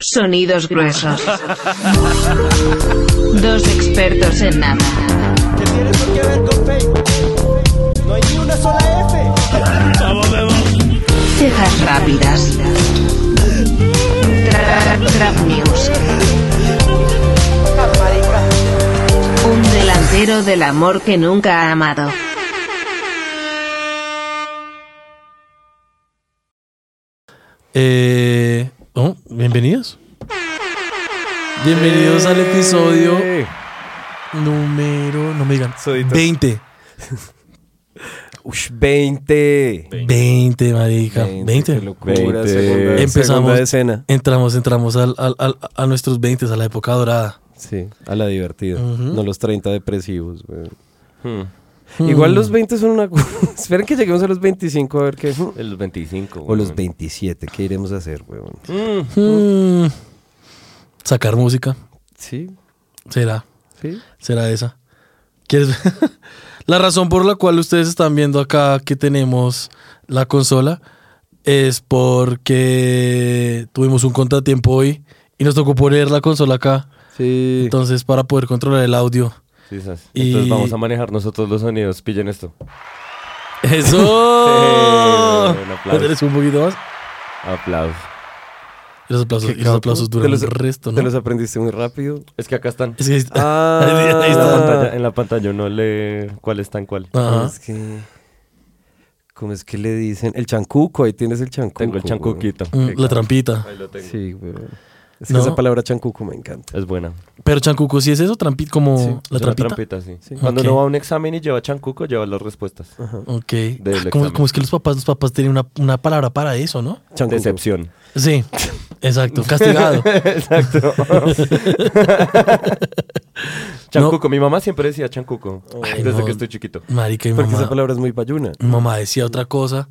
Sonidos gruesos. Dos expertos en nada. ¿Qué tiene por qué ver con Facebook? No hay ni una sola F. Vamos, Cejas rápidas. Tra- Trap News. Un delantero del amor que nunca ha amado. Eh, oh, bienvenidos. Bienvenidos al episodio número. No me digan. Soditos. 20. Ush, 20. 20, marica. 20. Qué locura. 20. Segunda, Empezamos. segunda decena. Entramos, entramos al- al- al- a nuestros 20, a la época dorada. Sí, a la divertida. No los 30 depresivos. güey. Hmm. Igual los 20 son una... Esperen que lleguemos a los 25 a ver qué... Hmm. De los 25. O los weón. 27, ¿qué iremos a hacer, weón? Mm. Sacar música. Sí, Será. sí. Será esa. ¿Quieres ver? la razón por la cual ustedes están viendo acá que tenemos la consola es porque tuvimos un contratiempo hoy y nos tocó poner la consola acá. Sí. Entonces, para poder controlar el audio. Sí, esas. Y- Entonces vamos a manejar nosotros los sonidos. Pillen esto. ¡Eso! Sí, un aplauso. ¿Puedes un poquito más? Aplausos. Y Los aplausos, Qué y los capo. aplausos Te duran los- un resto, Te ¿no? los aprendiste muy rápido. Es que acá están. Es que ahí está. Ah, Ahí En la está. Ah, pantalla, en la pantalla uno lee cuál está en cuál. Ajá. Es que... ¿Cómo es que le dicen? El chancuco, ahí tienes el chancuco. Tengo el weón. chancuquito. Mm, la trampita. Ahí lo tengo. Sí, weón. Es que No. esa palabra chancuco me encanta. Es buena. Pero Chancuco, si es eso, trampita, como Sí, la Es una trampita. trampita, sí. Sí. Cuando Ok. uno va a un examen y lleva chancuco, lleva las respuestas. Ok. Del Ah, ¿Cómo, examen. cómo es que los papás, los papás tienen una, una palabra para eso, no? Chancuco. Decepción. Sí, exacto, castigado. Exacto. chancuco. Mi mamá siempre decía chancuco. Ay, desde no. que estoy chiquito. Marica, mi Porque mamá, esa palabra es muy payuna. mi mamá decía otra cosa.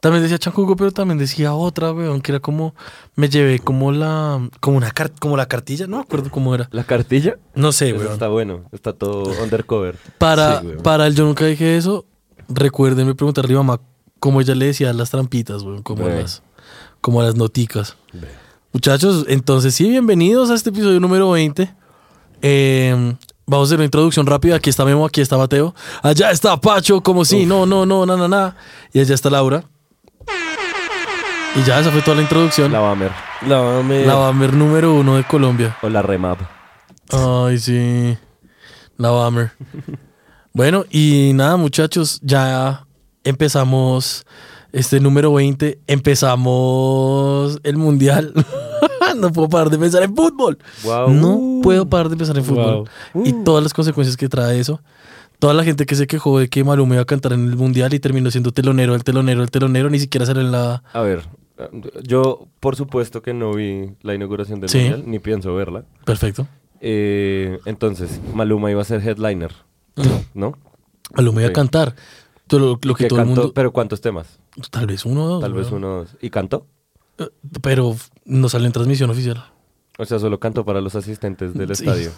También decía chancuco, pero también decía otra, weón, que era como, me llevé como la, como una car- como la cartilla, no me acuerdo cómo era. ¿La cartilla? No sé, Eso weón. está bueno. Está todo undercover. Para, Sí, weón. para el yo nunca dije eso, recuérdenme preguntarle a mi mamá cómo ella le decía las trampitas, weón, como Ve. las, como las noticas. Muchachos, entonces sí, bienvenidos a este episodio número 20. Eh, vamos a hacer una introducción rápida. Aquí está Memo, aquí está Mateo. Allá está Pacho, como si, no, no, no, na, na, na. Y allá está Laura. Y ya, esa fue toda la introducción. La La, Bamer. La mame. Bammer número uno de Colombia. O la Remap. Ay, sí. La Bammer. Bueno, y nada, muchachos, ya empezamos este número 20. Empezamos el mundial. no puedo parar de pensar en fútbol. Wow. No puedo parar de pensar en fútbol. Wow. Y Uh. todas las consecuencias que trae eso. Toda la gente que se quejó de que Maluma iba a cantar en el mundial y terminó siendo telonero, el telonero, el telonero, ni siquiera salió en la. A ver, yo por supuesto que no vi la inauguración del Sí. Mundial, ni pienso verla. Perfecto. Eh, entonces, Maluma iba a ser headliner, ¿no? Maluma iba a Sí. cantar. Todo Lo, lo que Que todo el cantó- mundo. Pero ¿cuántos temas? Tal vez uno o dos. Tal vez weón. uno o dos. ¿Y cantó? Eh, Pero no salió en transmisión oficial. O sea, solo cantó para los asistentes del Sí. estadio.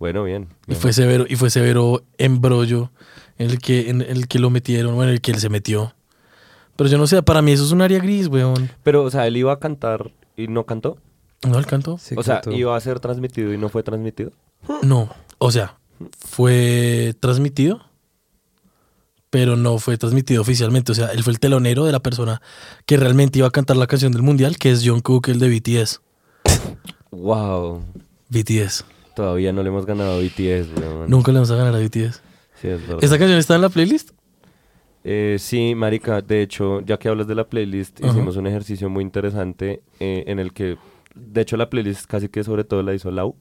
Bueno, bien. Y fue severo, y fue severo embrollo en el que, en el que lo metieron, bueno, en el que él se metió. Pero yo no sé, para mí eso es un área gris, weón. Pero, o sea, él iba a cantar y no cantó. ¿No el canto? Sí, o sea, cantó. iba a ser transmitido y no fue transmitido. No, o sea, fue transmitido, pero no fue transmitido oficialmente. O sea, él fue el telonero de la persona que realmente iba a cantar la canción del mundial, que es John Cook, el de BTS. Wow. BTS. Todavía no le hemos ganado a BTS, weón. Nunca le vamos a ganar a BTS. Sí, es verdad. ¿Esta canción está en la playlist? Eh, sí, Marica, de hecho, ya que hablas de la playlist, hicimos un ejercicio muy interesante eh, en el que, de hecho, la playlist casi que sobre todo la hizo Lau.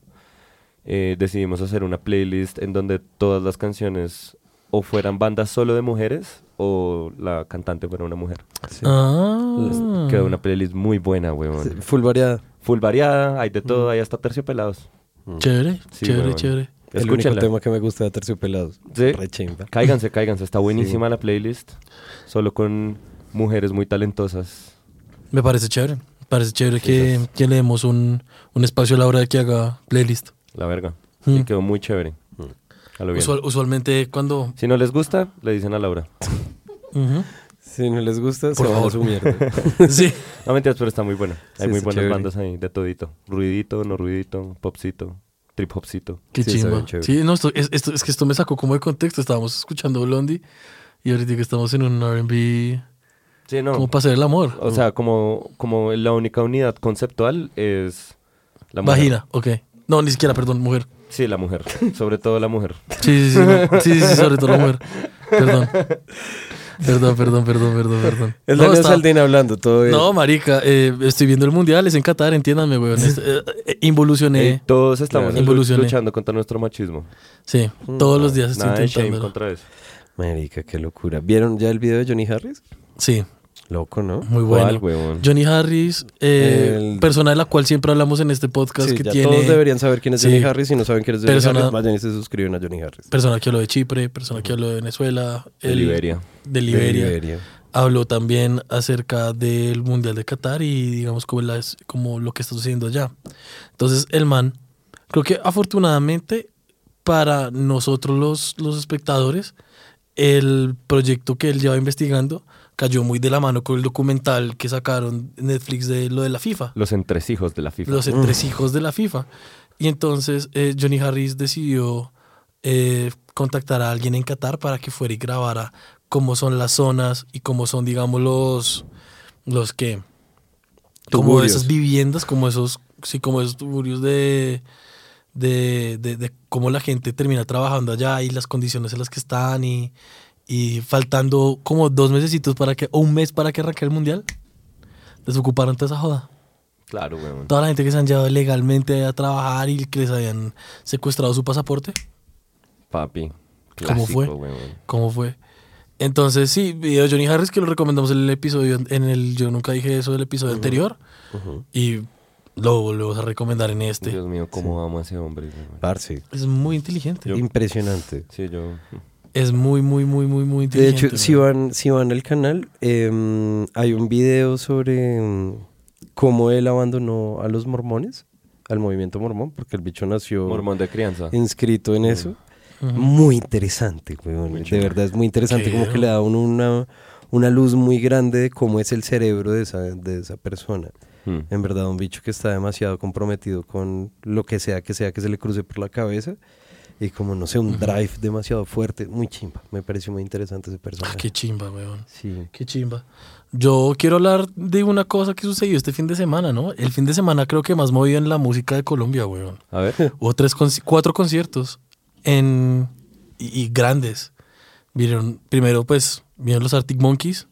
Eh, decidimos hacer una playlist en donde todas las canciones o fueran bandas solo de mujeres o la cantante fuera una mujer. Sí. Ah. Quedó una playlist muy buena, weón. Sí, Full variada. Full variada, hay de todo, hay hasta terciopelados. Chévere, Sí, Mm. chévere, weón. chévere. El único Escúchenla. tema que me gusta de Terciopelados. Sí. Re chimba. Cáiganse, cáiganse, está buenísima la playlist, solo con mujeres muy talentosas. Me parece chévere. Me parece chévere que, que le demos un, un espacio a la hora de que haga playlist. La verga. Mm. Y quedó muy chévere. A lo bien. Usual- usualmente cuando... Si no les gusta, le dicen a Laura. Ujú. Si no les gusta, Por se van a favor. su mierda. Sí. No mentiras, pero está muy buena. Sí, Hay muy está buenas chévere. bandas ahí, de todito. Ruidito, no ruidito, popcito, trip hopcito. Qué Sí, está chimba. bien chévere. Sí, no, esto, es, esto- es que esto me sacó como de contexto. Estábamos escuchando Blondie y ahorita que estamos en un RB, Sí, no. como para hacer el amor. O sea, como, como la única unidad conceptual es la mujer. Vagina, ok. No, ni siquiera, perdón, mujer. Sí, la mujer. Sobre todo la mujer. Sí, sí, sí, no. sí, sí, sí, sobre todo la mujer. Perdón. Perdón, perdón, perdón, perdón, perdón. Es No, Daniel está- Saldín hablando todo bien. No, marica, eh, estoy viendo el mundial, es en Qatar, entiéndanme, weón. Es- eh, eh, Ey, involucioné. todos estamos Claro. lu- Evolucioné. luchando contra nuestro machismo. Sí, Mm, todos los días estoy Nada de shame intentando. contra eso. Marica, qué locura. ¿Vieron ya el video de Johnny Harris? Sí, Loco, ¿no? muy ¿Cuál, bueno. huevón? Johnny Harris, eh, El- persona de la cual siempre hablamos en este podcast, Sí, que ya tiene todos deberían saber quién es Sí. Johnny Harris. Si no saben quién es Johnny Persona- Harris, vayan y se suscriben a Johnny Harris. persona que habló de Chipre, persona que habló de Venezuela, De el- Liberia. de Liberia. De Liberia. Habló también acerca del Mundial de Qatar y digamos como, las, como lo que está sucediendo allá. Entonces el man, creo que afortunadamente para nosotros los, los espectadores, el proyecto que él lleva investigando cayó muy de la mano con el documental que sacaron Netflix de lo de la FIFA. Los entresijos de la FIFA. Los entresijos de la FIFA. Y entonces eh, Johnny Harris decidió eh, contactar a alguien en Qatar para que fuera y grabara cómo son las zonas y cómo son, digamos, los, los que... Como Tugurios. esas viviendas, como esos, sí, como esos tugurios de, de, de- de cómo la gente termina trabajando allá y las condiciones en las que están y, y faltando como dos mesecitos para que, o un mes para que arranque el mundial, desocuparon toda esa joda. Claro, huevón. Toda la gente que se han llevado legalmente a trabajar y que les habían secuestrado su pasaporte. Papi. ¿Cómo fue? clásico, huevón. ¿Cómo fue? Entonces, sí, video de Johnny Harris que lo recomendamos en el episodio, en el Yo Nunca Dije Eso del episodio anterior. Y lo volvemos a recomendar en este. Dios mío, cómo amo a ese hombre. huevón. Parce, Es muy inteligente. impresionante. Sí, yo. Es muy, muy, muy, muy, muy De inteligente. hecho, si güey. van, si van al canal, em, hay un video sobre em, cómo él abandonó a los mormones, al movimiento mormón, porque el bicho nació Mormón de crianza. inscrito en eso. Muy interesante, weón. de verdad es muy interesante, como que le da a uno una, una luz muy grande de cómo es el cerebro de esa, de esa persona. Hmm. En verdad, un bicho que está demasiado comprometido con lo que sea que sea que se le cruce por la cabeza. Y como, no sé, un drive demasiado fuerte, muy chimba. Me pareció muy interesante ese Ah, personaje. qué chimba, weón. Sí. Qué chimba. Yo quiero hablar de una cosa que sucedió este fin de semana, ¿no? El fin de semana creo que más movido en la música de Colombia, weón. A ver. Hubo tres conci- cuatro conciertos en, y, y grandes. Vieron, primero, pues, vieron los Arctic Monkeys,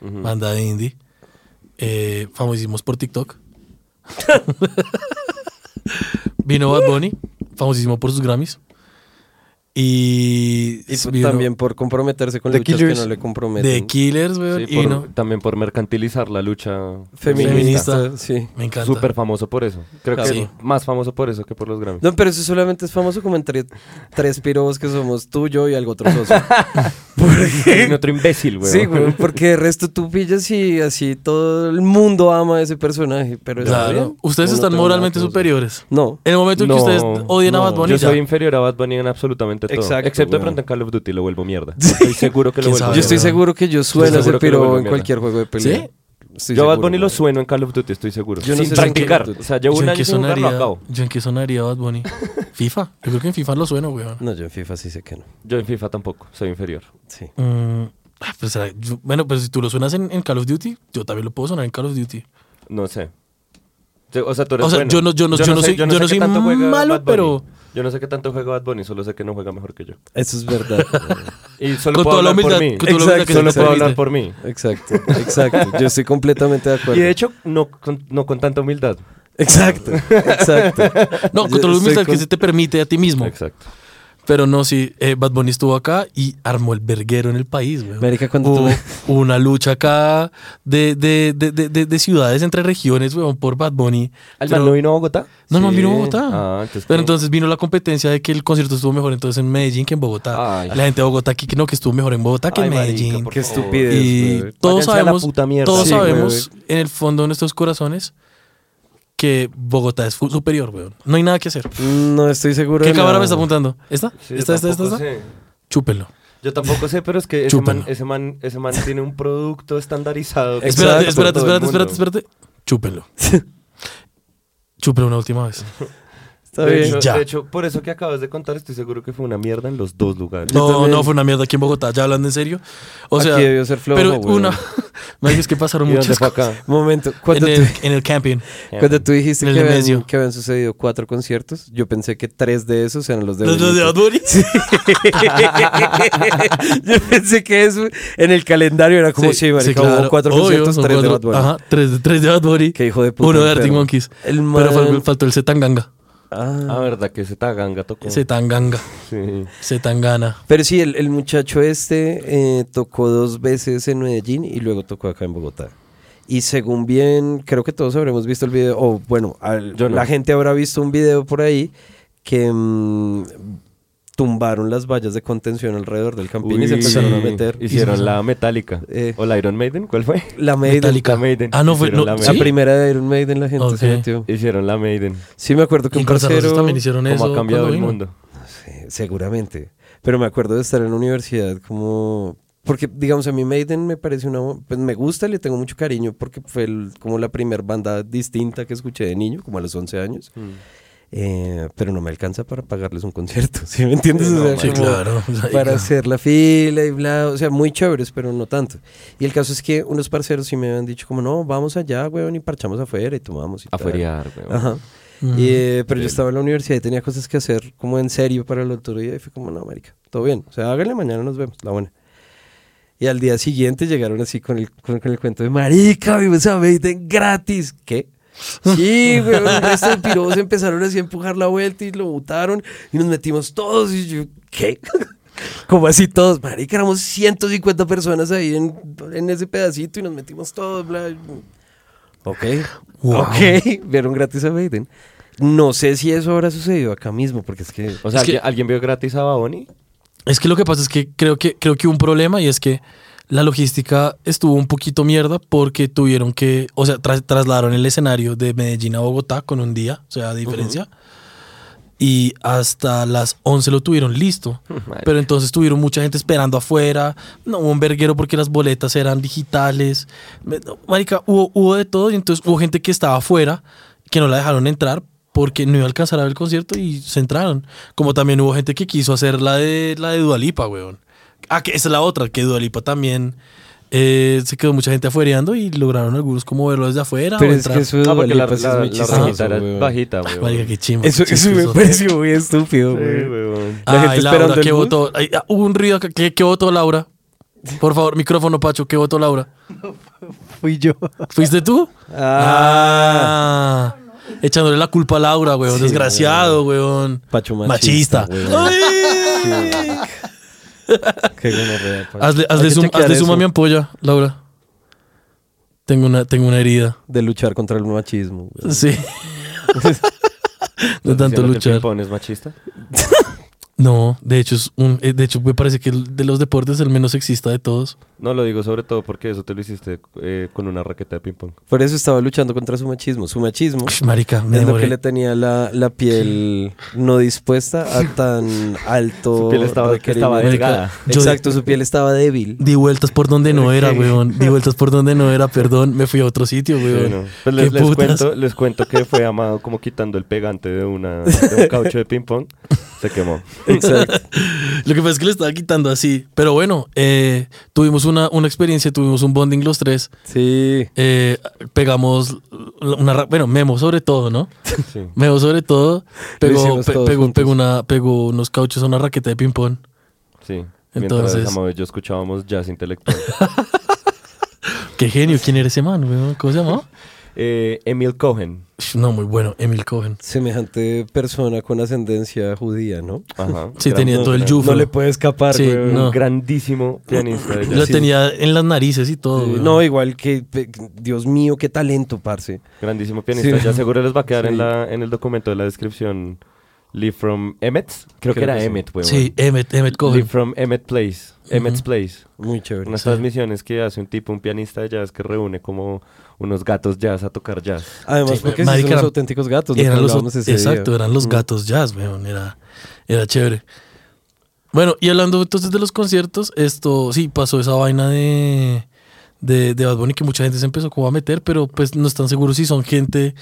banda de indie, eh, famosísimos por TikTok. Vino Bad Bunny, famosísimo por sus Grammys. Y, Y pues vino también por comprometerse con The luchas Killers. que no le The comprometen. Killers, weón. Sí, y por- vino- También por mercantilizar la lucha Feminista. Feminista. Sí. me encanta. Súper famoso por eso. Creo que Sí. es más famoso por eso que por los Grammys. No, pero eso solamente es famoso como entre tres pirobos que somos tú, yo y algo otro socio. Y otro imbécil, güey. Sí, güey, porque el resto tú pillas y así todo el mundo ama a ese personaje. Pero está Claro. bien. Ustedes Yo no están tengo moralmente nada que decir. superiores. No. En el momento en que ustedes odian a Bad Bunny, Yo ya. soy inferior a Bad Bunny en absolutamente todo. Exacto, Excepto de weón. pronto en Call of Duty lo vuelvo mierda. Estoy seguro que lo ¿Quién vuelvo sabe, Yo mierda. estoy weón? seguro que yo sueno ese seguro que lo piro vuelvo en mierda. cualquier juego de pelea. ¿Sí? Estoy Yo a Bad seguro, Bunny lo güey. sueno en Call of Duty, estoy seguro. Yo no sin sé si en practicar. Call of Duty. O sea, llevo ¿Yo en un qué año sin jugar, lo sonaría, acabo. yo en qué sonaría Bad Bunny? FIFA. Yo creo que en FIFA lo sueno, weón. No, yo en FIFA sí sé que no. Yo en FIFA tampoco, soy inferior. Sí. Mm, ah, pues, será- yo- bueno, pero si tú lo suenas en, en Call of Duty, yo también lo puedo sonar en Call of Duty. No sé. O sea, tú eres O sea, bueno. yo no- yo no- yo no sé- soy- yo no sé qué soy tanto juega malo, Bad Bunny. pero- Yo no sé qué tanto juega Bad Bunny, solo sé que no juega mejor que yo. Eso es verdad. Y solo Con puedo toda la hablar por humildad- mí. con toda la humildad que solo se puedo permite. hablar por mí. exacto, exacto. Yo estoy completamente de acuerdo. Y de hecho, no con, no con tanta humildad. Exacto, exacto. No, Yo control estoy humildad que con- se te permite a ti mismo. Exacto. Pero no, sí, eh, Bad Bunny estuvo acá y armó el verguero en el país, weón. Marica, cuando Hubo tuve- una lucha acá de, de, de, de, de- de ciudades entre regiones, weón, por Bad Bunny. ¿Al Pero- no vino a Bogotá? No, no, Sí. vino a Bogotá. Ah, entonces, Pero ¿qué? entonces vino la competencia de que el concierto estuvo mejor entonces en Medellín que en Bogotá. Ay. La gente de Bogotá aquí que no, que estuvo mejor en Bogotá que Ay, en marica, Medellín. por Qué favor. estupidez. y weón. todos Váyanse a la sabemos, puta mierda. todos Sí, sabemos en el fondo de nuestros corazones que Bogotá es fu- superior, weón. No hay nada que hacer. No estoy seguro. ¿Qué de cámara nada. me está apuntando? ¿Esta? Sí, ¿Esta, esta, esta, tampoco esta? sé. Chúpenlo. Yo tampoco sé, pero es que ese Chúpenlo. man, ese, man, ese man tiene un producto estandarizado. que Espérate, usa espérate, todo el espérate, espérate, mundo. espérate. Chúpenlo. Chúpenlo una última vez. Está De bien. hecho, Ya. de hecho, por eso que acabas de contar, estoy seguro que fue una mierda en los dos lugares. No, también. no, fue una mierda aquí en Bogotá, ya hablando en serio. O Aquí sea, debió ser flojo, pero weón. una. Me es que pasaron ¿Y dónde muchas fue cosas. acá? Momento, cuando En tú- el, en el camping. Cuando tú dijiste En el que habían, Nemesio. que habían sucedido cuatro conciertos, yo pensé que tres de esos eran los de ¿Los, los de Benito. Bad Bunny? yo pensé que eso en el calendario era como, sí, marica, hubo claro, cuatro obvio, conciertos, son tres de Bad cuatro- Bunny. Ajá, tres, tres de Bad Bunny. Qué hijo de puta Uno de Arctic enfermo. Monkeys. El Pero fal- man- faltó el Zetanganga. Ah. Ah, verdad que ese Taganga Oh. tocó. Zetanganga. Sí. Zetangana. Pero sí, el, el muchacho este eh, tocó dos veces en Medellín y luego tocó acá en Bogotá. Y según bien, creo que todos habremos visto el video, o bueno, al- Yo no. la gente habrá visto un video por ahí que mm, tumbaron las vallas de contención alrededor del campín y se Uy, empezaron a meter. Hicieron la Metallica. Eh. ¿O la Iron Maiden? ¿Cuál fue? La Maiden, Metallica. La Maiden. Ah, no, fue- Hicieron no, la la ¿sí? Maiden. primera de Iron Maiden la gente se Ok. metió. Hicieron la Maiden. Sí me acuerdo que Y un Guns N' Roses parcero... también hicieron eso. ¿Cómo ha cambiado cuando el vino. mundo? Sí, seguramente. Pero me acuerdo de estar en la universidad como... Porque, digamos, a mí Maiden me parece una... bu- Pues me gusta, le tengo mucho cariño porque fue el- como la primer banda distinta que escuché de niño, como a los 11 años. Mm. Eh, pero no me alcanza para pagarles un concierto, ¿sí me entiendes? O sea, Sí, como claro. O sea, y Para claro. hacer la fila y bla, o sea, muy chéveres, pero no tanto. Y el caso es que unos parceros sí me habían dicho como, no, vamos allá, weón, y parchamos afuera y tomamos y A tal". feriar, weón. Ajá. Y, eh, pero yo estaba en la universidad y tenía cosas que hacer como en serio para el otro día y fue como, no, marica, todo bien. O sea, háganle, mañana nos vemos, la buena. Y al día siguiente llegaron así con el, con, con el cuento de, marica, vimos a Maiden gratis. ¿Qué? Sí, güey, el resto de piros empezaron así a empujar la vuelta y lo botaron y nos metimos todos y yo, ¿qué? Como así todos, marica, éramos 150 personas ahí en, en ese pedacito y nos metimos todos, bla. Ok. Wow. Ok, vieron gratis a Maiden. No sé si eso habrá sucedido acá mismo, porque es que... O sea, Es que- ¿alguien, alguien vio gratis a Baboni? Es que lo que pasa es que creo que creo que hubo un problema y es que la logística estuvo un poquito mierda porque tuvieron que, o sea, tras- trasladaron el escenario de Medellín a Bogotá con un día, o sea, de diferencia. Y hasta las 11 lo tuvieron listo. Marica. Pero entonces tuvieron mucha gente esperando afuera. No hubo un verguero porque las boletas eran digitales. Me- no, Marica, hubo, hubo de todo. Y entonces hubo gente que estaba afuera que no la dejaron entrar porque no iba a alcanzar a ver el concierto y se entraron. Como también hubo gente que quiso hacer la de, la de Dualipa, weón. Ah, que esa es la otra, que Dualipa también. eh, se quedó mucha gente afuereando y lograron algunos como verlo desde afuera. o Pero es entrar. que eso de Ah, porque la, Dualipa sí pues, es la- muy la chistoso, rajita era weón. bajita, Ah, weón. marica, qué chimba. Eso, eso me chistoso. pareció muy estúpido, Sí, güey. weón. La gente Ay, Laura, esperando el ¿qué bus. votó? Ay, ah, hubo un ruido acá. ¿Qué, qué votó Laura? Por favor, micrófono, Pacho. ¿Qué votó Laura? Fui yo. ¿Fuiste tú? Ah. Ah. Echándole la culpa a Laura, weón. Sí, Desgraciado, weón. Pacho Machista. machista, weón. Ay. Qué gonorrea, Pacho. Hazle, hazle Hay que zoom, chequear hazle zoom eso a mi ampolla, Laura. Tengo una, tengo una herida. De luchar contra el machismo, güey. Sí. De tanto ¿Diciendo que el luchar. ping-pong es machista? No, de hecho, es un, eh, de hecho, me parece que el- de los deportes es el menos sexista de todos. No, lo digo sobre todo porque eso te lo hiciste eh, con una raqueta de ping-pong. Por eso estaba luchando contra su machismo. Su machismo Ush, marica, me es lo que demoré. le tenía la, la piel no dispuesta a tan alto. Su piel estaba- requerimiento. estaba delgada. Yo- Exacto, su piel estaba débil. Di vueltas por donde no era, weón. Di vueltas por donde no era, perdón. Me fui a otro sitio, weón. Sí, no. Pues Qué les, les putas. cuento, les cuento que fue amado como quitando el pegante de, una, de un caucho de ping-pong. Se quemó. Exacto. Lo que pasa es que le estaba quitando así. Pero bueno, eh, tuvimos una, una experiencia, tuvimos un bonding los tres. Sí. Eh, pegamos una... ra- Bueno, Memo sobre todo, ¿no? Sí. Memo sobre todo pegó, hicimos pe- todos pegó, juntos. pegó una, pegó unos cauchos a una raqueta de ping-pong. sí. Entonces- Mientras Amado y yo escuchábamos jazz intelectual. Qué genio, ¿quién eres ese man, weón? ¿Cómo se llamaba? Eh, Emil Cohen. Ush, No, muy bueno, Emil Cohen. Semejante persona con ascendencia judía, ¿no? Ajá. Sí, tenía no, todo el gran- yufo. No le puede escapar, Sí, güey. no. Un grandísimo pianista de Lo jazz. tenía en las narices y todo, Sí, weón. No, igual que, pe- Dios mío, qué talento, parce. Grandísimo pianista. Sí. Ya seguro les va a quedar Sí. en, la, en el documento de la descripción. Live from Emmett. Creo, que Creo era que sí. Emmett, weón. Sí, Emmet, Emmet Live Cohen. from Emmett Place. Emmett's Place. Muy chévere. Unas transmisiones que hace un tipo, un pianista de jazz que reúne como unos gatos jazz a tocar jazz. Además, Sí, porque sí marica, son los eran- auténticos gatos. lo que Eran los, Mm. hablábamos ese día. exacto, eran los gatos jazz, weón. Era, era chévere. Bueno, y hablando entonces de los conciertos, esto sí pasó esa vaina de, de, de Bad Bunny que mucha gente se empezó como a meter, pero pues no están seguros si son gente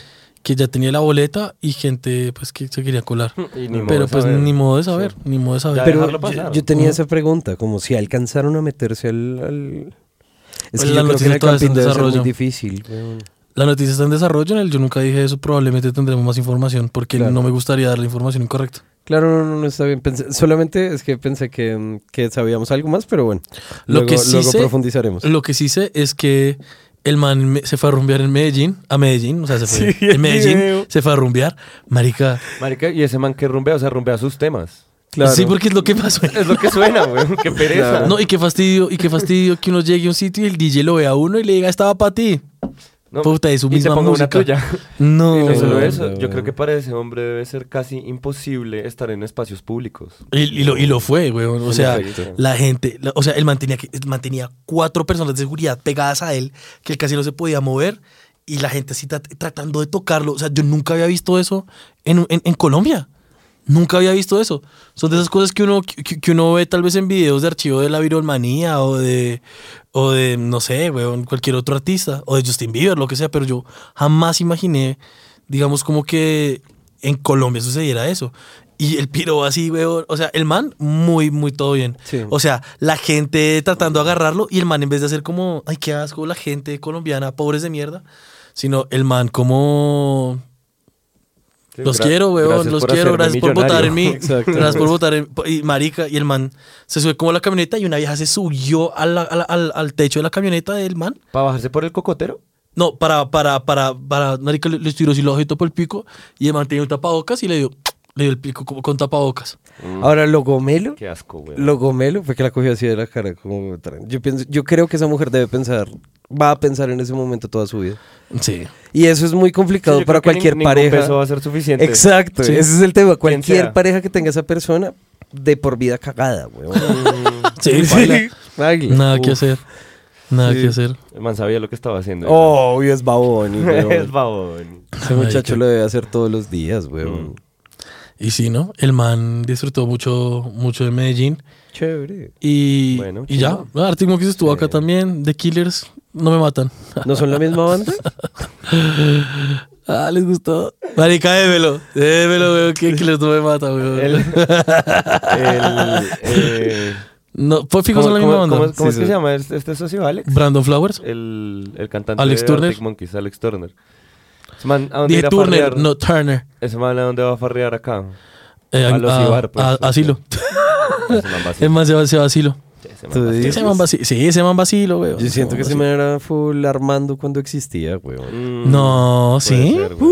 que ya tenía la boleta y gente pues que se quería colar. Y ni modo pero de pues saber. ni modo de saber, ni modo de saber. Ya Pero- Pero dejarlo yo, pasar. yo tenía esa pregunta, como si alcanzaron a meterse al... al- Es que Pues La yo creo que noticia en el todavía está en camping debe ser muy desarrollo. difícil. weón. La noticia está en desarrollo, en el yo nunca dije eso, probablemente tendremos más información porque no me gustaría dar la información incorrecta. Claro, no, no, no está bien. Pensé- solamente es que pensé que, mm, que sabíamos algo más, pero bueno. Lo luego, que sí luego sé- profundizaremos. Lo que sí sé es que el man me- se fue a rumbear en Medellín, a Medellín, o sea, se fue Sí, en el Medellín, video. se fue a rumbear, marica. Marica, y ese man que rumbea, o sea, rumbea sus temas. Claro. Sí, porque es lo que pasó. Es lo que suena, weón. Qué pereza. No, y qué fastidio, y qué fastidio que uno llegue a un sitio y el DJ lo vea a uno y le diga, estaba para ti. No, Puta, y su y te misma pongo una música. tuya. No. Y no solo Hombre, eso, yo weón. creo que para ese hombre debe ser casi imposible estar en espacios públicos. Y, y lo, y lo fue, güey. O En sea, efecto. la gente, la- o sea, él mantenía, que- mantenía cuatro personas de seguridad pegadas a él, que él casi no se podía mover, y la gente así trat- tratando de tocarlo. O sea, yo nunca había visto eso en, en- en Colombia. Nunca había visto eso. Son de esas cosas que uno, que, que uno ve tal vez en videos de archivo de la virolmanía o de, o de no sé, weón, cualquier otro artista, o de Justin Bieber, lo que sea, pero yo jamás imaginé, digamos, como que en Colombia sucediera eso. Y el piro así, weón, o sea, el man, muy, muy todo bien. Sí. O sea, la gente tratando de agarrarlo y el man en vez de hacer como, ay, qué asco, la gente colombiana, pobres de mierda, sino el man como... Sí, Los gra- quiero, weón, gracias los por quiero, hacerme gracias por votar en mí. millonario. Exacto. Gracias por votar en y marica. Y el man se sube como a la camioneta y una vieja se subió a la- a la- al, al techo de la camioneta del man. ¿Para bajarse por el cocotero? No, para, para, para, para, marica, le, le tiró así el ojito por el pico y el man tenía un tapabocas y le dio, le dio el pico como con tapabocas. Ahora, lo gomelo, Qué asco, weón. lo gomelo fue que la cogió así de la cara. Como, tra- yo, pienso, yo creo que esa mujer debe pensar, va a pensar en ese momento toda su vida. Sí. Y eso es muy complicado Sí, yo para creo que cualquier nin- ningún pareja. beso va a ser suficiente. Exacto, Sí. ese es el tema. Cualquier sea. pareja que tenga esa persona, de por vida cagada, weón. Sí, Baila, baila. baila. Nada que Uf. hacer. Nada Sí. que hacer. El man sabía lo que estaba haciendo. Obvio, es babón. y weón. weón. es babón. Ese muchacho lo debe hacer todos los días, Mm. weón. Y sí, ¿no? El man disfrutó mucho, mucho de Medellín. Chévere. Y, Bueno, y ya, Ah, Arctic Monkeys estuvo acá también, The Killers, no me matan. ¿No son la misma banda? Ah, les gustó. Marica, démelo. Démelo, weón. Que Killers no me mata, weón. El, el, eh, No, fue fijo ¿Cómo, son la cómo- misma banda. cómo- cómo Sí, es que sí. se llama este, este socio, Alex? Brandon Flowers. El, el cantante Alex de Turner. Arctic Monkeys, Alex Turner. Ese man, ¿a dónde Dije irá a Turner, farrear? no Turner. Ese man, ¿a dónde va a farrear acá? Eh, A los Ibar, pues, a- porque- Asilo. Ese man va así. Es más, se va, se va a Asilo. Ese Tú man va así. Ese man vacilo. Sí, ese man vacilo, weón. Yo siento que Ese ese man era full Armando cuando existía, weón. Mm, No, puede ¿sí? Uh, ser, güey.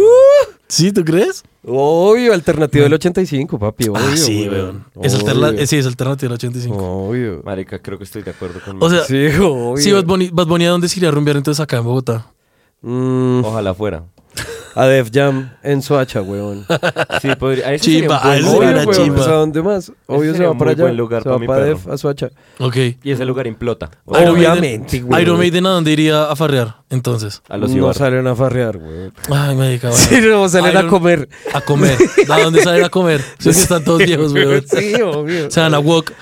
¿Sí, tú crees? Obvio, alternativo del 85, papi. Obvio, ah, sí, weón. Es alterna- eh, sí, es alternativa del 85. Obvio. Marica, creo que estoy de acuerdo con O sea, Sí, obvio. Sí, Bad Bunny, Bad Bunny, ¿a dónde se iría a rumbear entonces acá en Bogotá? Mm, Oh. Ojalá fuera. a Def Jam en Soacha, weón. Ah, Sí, podría. ahí sí Chimba, sería un ahí buen sí lugar. era Obvio, weón. chimba. pues, ¿A dónde más? Obvio Ese se sería va un para muy allá. buen lugar se va para mi para perro. Def, a Soacha. Ok. Y ese lugar implota. Ay, Iron Maiden- Obviamente, güey. Iron Maiden, ¿a dónde iría a farrear entonces? A los no Ibar. salen a farrear, weón. Ay, me dedicaba. Sí, no, salen Iron- a comer. A comer. ¿A dónde salen a comer? Sí, que están todos viejos, weón. Sí, obvio. Se van a walk.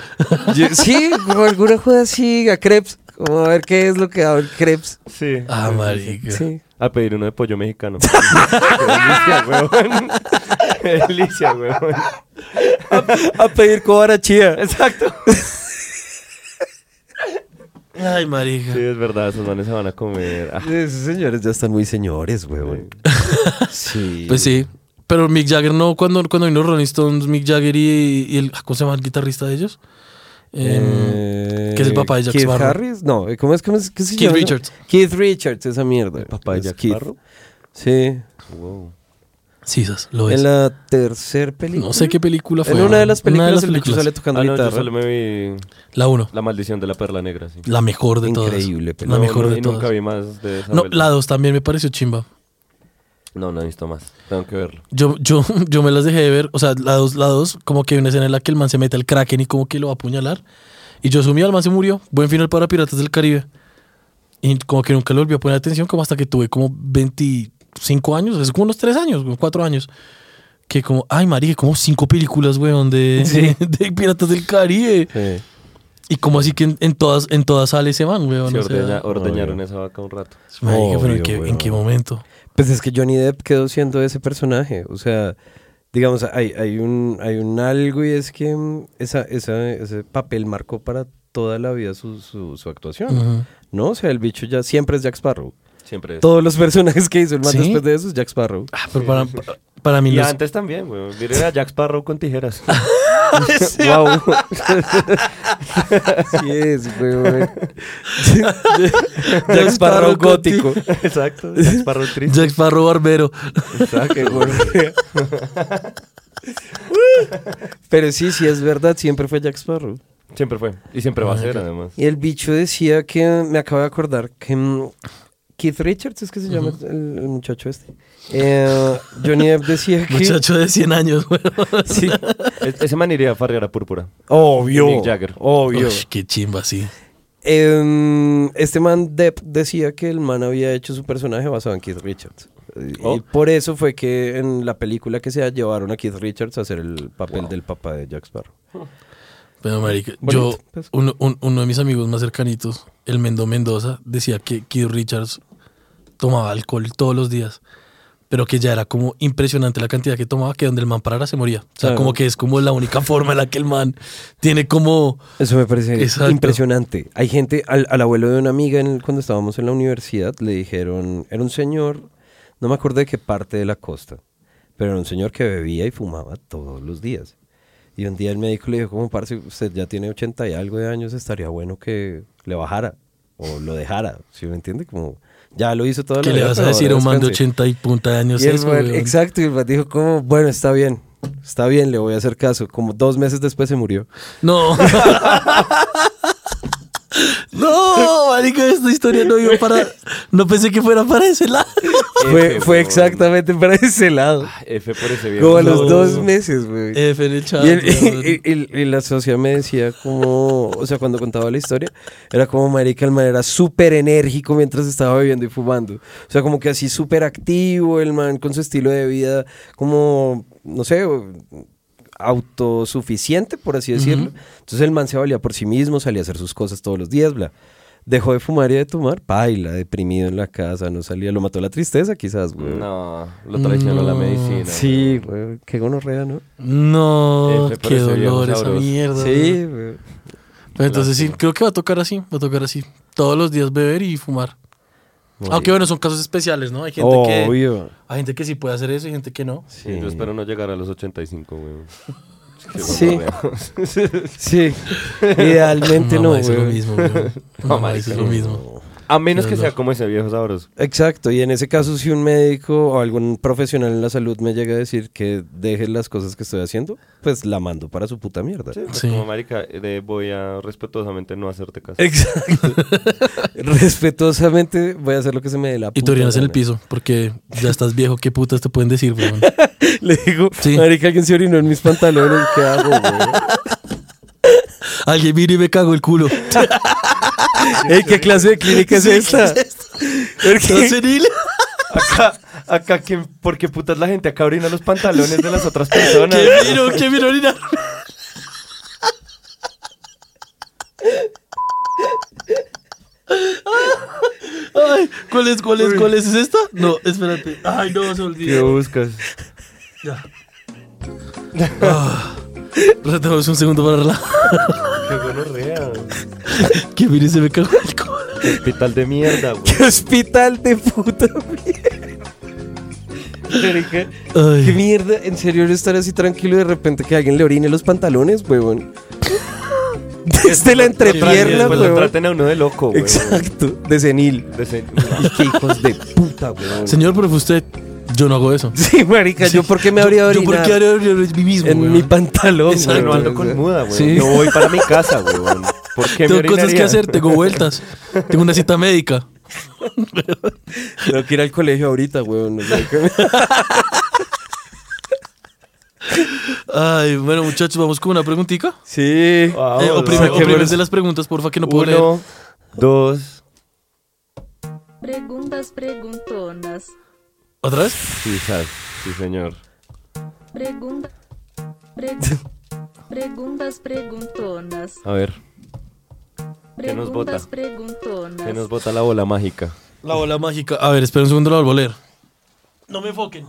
Yo- sí, como alguna joda así, a crepes. Como a ver qué es lo que da el crepes. Sí. Ah, marica. Sí. A pedir uno de pollo mexicano. Qué delicia, weón. Qué delicia, weón. A pedir cobra chía. Exacto. Ay, marica. Sí, es verdad, esos manes se van a comer. Ah, Esos señores ya están muy señores, weón. Sí. Pues sí. Pero Mick Jagger no, cuando, cuando vino Rolling Stones, Mick Jagger y, y el. ah, ¿Cómo se llama el guitarrista de ellos? Em, Eh, que es el papá de Jack Keith Sparrow. Harris? No, eh, ¿cómo es? ¿Cómo es? ¿Qué se Keith llama? Richards. Keith Richards, esa mierda. El papá de Jack Sparrow. Sí. wow. sí, esas, lo es. En la tercer película. Pues, No sé qué película fue. En una de las Una películas, el bicho sale tocando Ah, no, yo guitarra. solo me vi La 1. La Maldición de la Perla Negra, sí. La mejor de todas. Increíble, pero La No, mejor no, de y todas. nunca vi más de esa No, novela. la 2 también me pareció chimba. No, no he visto más. Tengo que verlo. Yo, yo, yo me las dejé de ver. O sea, la dos, la dos, como que hay una escena en la que el man se mete al Kraken y como que lo va a apuñalar. Y yo asumí, el man se murió. Buen final para Piratas del Caribe. Y como que nunca le volví a poner atención, como hasta que tuve como 25 años, es como unos 3 años, como 4 años. que como, ay, marica, como cinco películas, weón, de, de Piratas del Caribe. Sí. Y como así que en, en todas en todas sale ese man, weón. Se o sea, ordeña- ordeñaron esa vaca un rato. marica, pero Obvio, ¿en qué, weón. en qué momento? Pues es que Johnny Depp quedó siendo ese personaje. O sea, digamos, hay, hay, un, hay un algo y es que mm, esa, esa- ese papel marcó para toda la vida su, su, su actuación. Ujú. ¿No? O sea, el bicho ya siempre es Jack Sparrow. Siempre. es. Todos los personajes que hizo el man ¿Sí? después de eso es Jack Sparrow. Ah, pero para, pa- para mí Y los- antes también, weón. Miren a Jack Sparrow con tijeras. Wow. sí es, weón. Jack Sparrow gótico. Exacto. Jack Sparrow triste. Jack Sparrow Barbero. Exacto, weón. Pero sí, sí es verdad, siempre fue Jack Sparrow. Siempre fue. Y siempre va a ser, además. Y el bicho decía que, me acabo de acordar, que mm, Keith Richards es que se llama el, el muchacho este. Eh, Johnny Depp decía que... Muchacho de 100 años, weón. Sí. Es- ese man iría a farrear a púrpura. Obvio. Mick Jagger. Obvio. Ush, qué chimba, sí. Em, este man Depp decía que el man había hecho su personaje basado en Keith Richards. Y- Y Oh. por eso fue que en la película que se llevaron a Keith Richards a hacer el papel del papá de Jack Sparrow. Pero, marica, yo, Bonito, pues. uno, un- uno de mis amigos más cercanitos, el Mendo Mendoza, decía que Keith Richards tomaba alcohol todos los días, pero que ya era como impresionante la cantidad que tomaba, que donde el man parara se moría. O sea, Claro. como que es como la única forma en la que el man tiene como... Eso me parece Exacto. impresionante. Hay gente, al, al abuelo de una amiga en el- cuando estábamos en la universidad, le dijeron, era un señor, no me acuerdo de qué parte de la costa, pero era un señor que bebía y fumaba todos los días. Y un día el médico le dijo, como parce, usted ya tiene 80 y algo de años, estaría bueno que le bajara o lo dejara, ¿sí me entiende? Como ya lo hizo toda ¿Qué la le vida, vas a pero decir a ahora un man de descanse". 80 y punta de años? Y el eso, man- weón? exacto, y el man dijo como, bueno, está bien, está bien, le voy a hacer caso. Como dos meses después se murió. No. no, marica, esta historia no iba para... No pensé que fuera para ese lado. fue, F, fue weón. exactamente para ese lado. F por ese viejo. Como a los no. dos meses, güey. F en el chat, Y, el, weón. y- y- y la socia me decía como, o sea, cuando contaba la historia, era como marica, el man era súper enérgico mientras estaba bebiendo y fumando. O sea, como que así súper activo el man con su estilo de vida, como, no sé, autosuficiente, por así decirlo. Entonces el man se valía por sí mismo, salía a hacer sus cosas todos los días, bla. Dejó de fumar y de tomar, baila, deprimido en la casa, no salía, lo mató la tristeza quizás, güey. No, lo traicionó la medicina. Sí, güey, qué gonorrea, ¿no? Eh, No, F, pero qué ese viejo dolor esa sabroso. mierda. Sí, güey. Pero entonces sí, creo que va a tocar así, va a tocar así. Todos los días beber y fumar. Aunque bueno, son casos especiales, ¿no? Hay gente que Obvio. hay gente que sí puede hacer eso y gente que no. Sí, Yo espero no llegar a los 85, weón. Es que Sí. gonorrea. Sí, idealmente no, Mamá hizo lo güey. mismo, weón. Mamá hizo lo mismo. A menos que sea como ese viejo sabroso. Exacto, y en ese caso si un médico o algún profesional en la salud me llega a decir que deje las cosas que estoy haciendo, pues la mando para su puta mierda. Sí, pues Sí. Como marica, eh, voy a respetuosamente no hacerte caso. Exacto. Respetuosamente voy a hacer lo que se me dé la Y puta te orinas en el gana. piso, porque ya estás viejo, qué putas te pueden decir, weón. Le digo, Sí. marica, alguien se orinó en mis pantalones, ¿qué hago, güey? Alguien vino y me cago el culo. Ey, ¿qué clase de clínica es esta? ¿Estás senil? Acá, acá, ¿quién, ¿por qué putas la gente acá orina los pantalones de las otras personas? ¿Qué vino? ¿Qué vino a orinar? Ay, ¿cuál es, cuál es, cuál es? ¿Es esta? No, espérate. Ay, no, se ¿Qué olvidó. buscas? Ya. Ah, Retemos un segundo para relajar. Qué gonorrea. Que mire, se me cagó el culo. Hospital de mierda, güey. ¿Qué hospital de puta mierda? Marica, ¿Qué Ay, mierda? ¿En serio no estar así tranquilo y de repente que alguien le orine los pantalones, huevón? Desde la entrepierna, Pues lo huevón. traten a uno de loco, güey. Exacto, de senil. De se- Y qué hijos de puta, huevón. señor, pero fue usted, yo no hago eso. Sí, marica, ¿yo por qué me habría Yo, ¿por orinado qué habría orinado en mí mismo? en weón? mi pantalón, Yo no huevón? ando con muda, güey. Sí. No voy para mi casa, güey. ¿Por qué me Tengo cosas que orinaría? hacer, tengo vueltas. Tengo una cita médica. Tengo que ir al colegio ahorita, huevón. no sé qué. Ay, bueno, muchachos, vamos con una preguntita. Sí. Vamos, Eh, o vamos. primero, saquemos- de las preguntas, porfa, que no puedo leer. Ah, Uno, dos. Preguntas preguntonas. ¿Otra vez? Sí, sas. Sí, señor. Pergunta. pre- Preguntas preguntonas. A ver, ¿Qué nos bota? Preguntas preguntonas. ¿qué nos bota la bola mágica? La bola mágica. A ver, espera un segundo, la vuelvo a leer. No me enfoquen.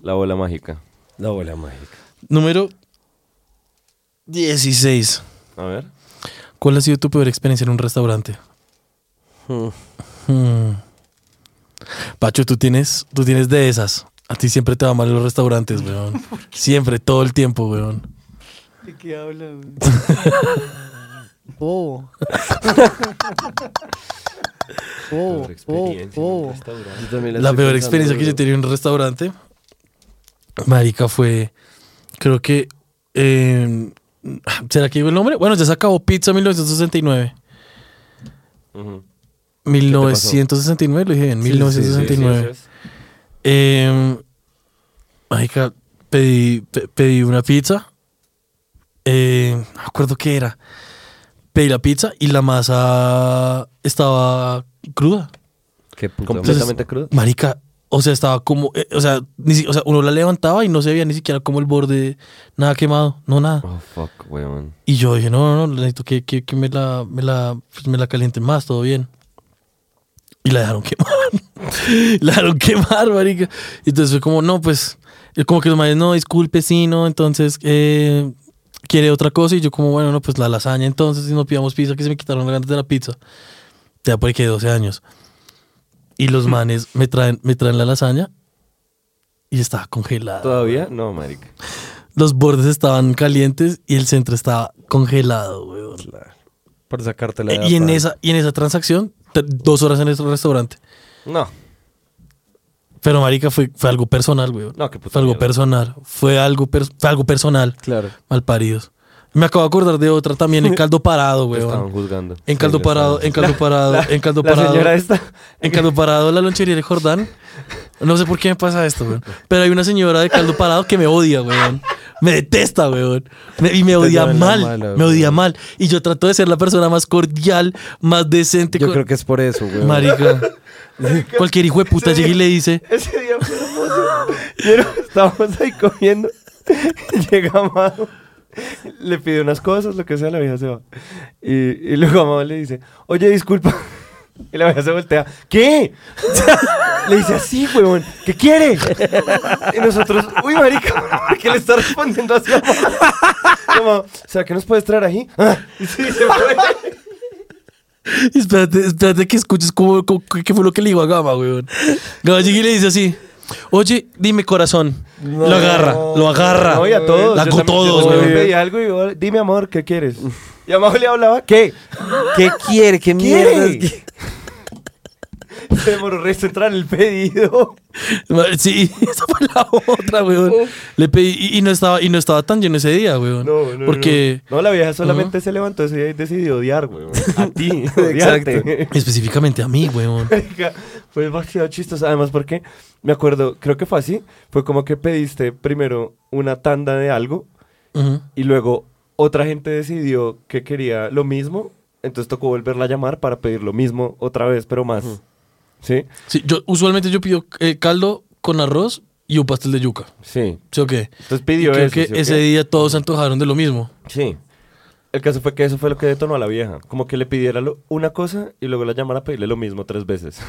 La bola mágica. La bola mágica. Número 16. A ver. ¿Cuál ha sido tu peor experiencia en un restaurante? Hmm. Pacho, tú tienes, tú tienes de esas. A ti siempre te va mal en los restaurantes, weón. Siempre, todo el tiempo, weón. ¿De qué habla? güey? Bobo. Bobo, Otra bobo, experiencia en un bobo. restaurante. Yo también La peor estoy pensando, experiencia que yo weón. he tenido en un restaurante, marica, fue, creo que, eh, ¿será que digo el nombre? Bueno, ya se acabó Pizza 1969. Ujú. 1969, lo dije bien, Sí, sí, sí, sí, sí, Sí, sí, 1969. eso es. Eh, marica, pedí, pe- pedí una pizza. Eh, no me acuerdo qué era. Pedí la pizza y la masa estaba cruda. Qué puta madre. Completamente crudo. Marica, o sea, estaba como. eh, o, sea, ni si- o sea, uno la levantaba y no se veía ni siquiera como el borde, nada quemado, no nada. Oh, fuck, weón. Y yo dije, no, no, no, necesito que, que, que me, la, me, la, pues, me la calienten más, todo bien. Y la dejaron quemar. la dejaron quemar, marica. Y entonces fue como, no, pues, eh, como que los manes, no, disculpe, sí, no, entonces, eh, quiere otra cosa. Y yo como, bueno, no, pues la lasaña entonces, si no pidamos pizza, que se me quitaron las ganas de la pizza. Ya por ahí que 12 años. Y los manes me traen, me traen la lasaña y estaba congelada. ¿Todavía? No, marica. Los bordes estaban calientes y el centro estaba congelado, weón. Por sacártela de Eh, y, en afán. esa, y en esa transacción, te- dos horas en nuestro restaurante. No. Pero, marica, fue, fue algo personal, weón. No, qué puta Fue algo mierda. personal. Fue algo, per- fue algo personal. Claro. Malparidos. Me acabo de acordar de otra también en caldo parado, Te Estaban weón. juzgando. En caldo Sí, parado, en caldo parado, en caldo La parado. señora esta. En caldo parado, la lonchería de Jordán. No sé por qué me pasa esto, weón. Pero hay una señora de caldo parado que me odia, weón. Me detesta, weón. Me- y me odia llaman la mal. mala, me odia weón. mal. Y yo trato de ser la persona más cordial, más decente. Yo con- creo que es por eso, güey. Marica. Cualquier hijo de puta llega y le dice, Ese día fue hermoso. Y era- estábamos ahí comiendo. Llega Amado. Le pide unas cosas, lo que sea, la vieja se va. Y, y luego Amado le dice, oye, disculpa. Y la vieja se voltea, ¿qué? Le dice así, huevón, ¿qué quiere? Y nosotros, uy, marica, ¿por qué le está respondiendo así a Amado? Y Amado, o sea, ¿qué nos puedes traer aquí? Ah, y sí, se fue. espérate, espérate que escuches cómo, cómo- qué qué fue lo que le dijo a Gama, weón. Gama llega y le dice así, oye, dime corazón. lo agarra, lo agarra. No, y a todos. La yo con también- yo todos, también weón. pedí algo y yo, dime, amor, ¿qué quieres? Y Amado le hablaba, ¿qué? ¿Qué quiere? ¿Qué mierda? es que- ¿Quiere? Se demoró resto entrar el pedido. Ma- Sí, esa fue la otra, weón. Le pedí, y, y no estaba, y no estaba tan lleno ese día, weón. porque No, la vieja solamente se levantó ese día y decidió odiar, güey. A ti, odiarte. específicamente a mí, weón. Marica, Fue demasiado chistoso. Además, porque me acuerdo, creo que fue así. Fue como que pediste primero una tanda de algo Ujú. y luego otra gente decidió que quería lo mismo. Entonces tocó volverla a llamar para pedir lo mismo otra vez, pero más. ¿Sí? Sí, yo, usualmente yo pido eh, caldo con arroz y un pastel de yuca. Sí. ¿Sí o qué? Entonces pidió Y creo eso, que ¿sí o qué? ese día todos se antojaron de lo mismo. Sí. El caso fue que eso fue lo que detonó a la vieja. Como que le pidiera lo- una cosa y luego la llamara a pedirle lo mismo tres veces.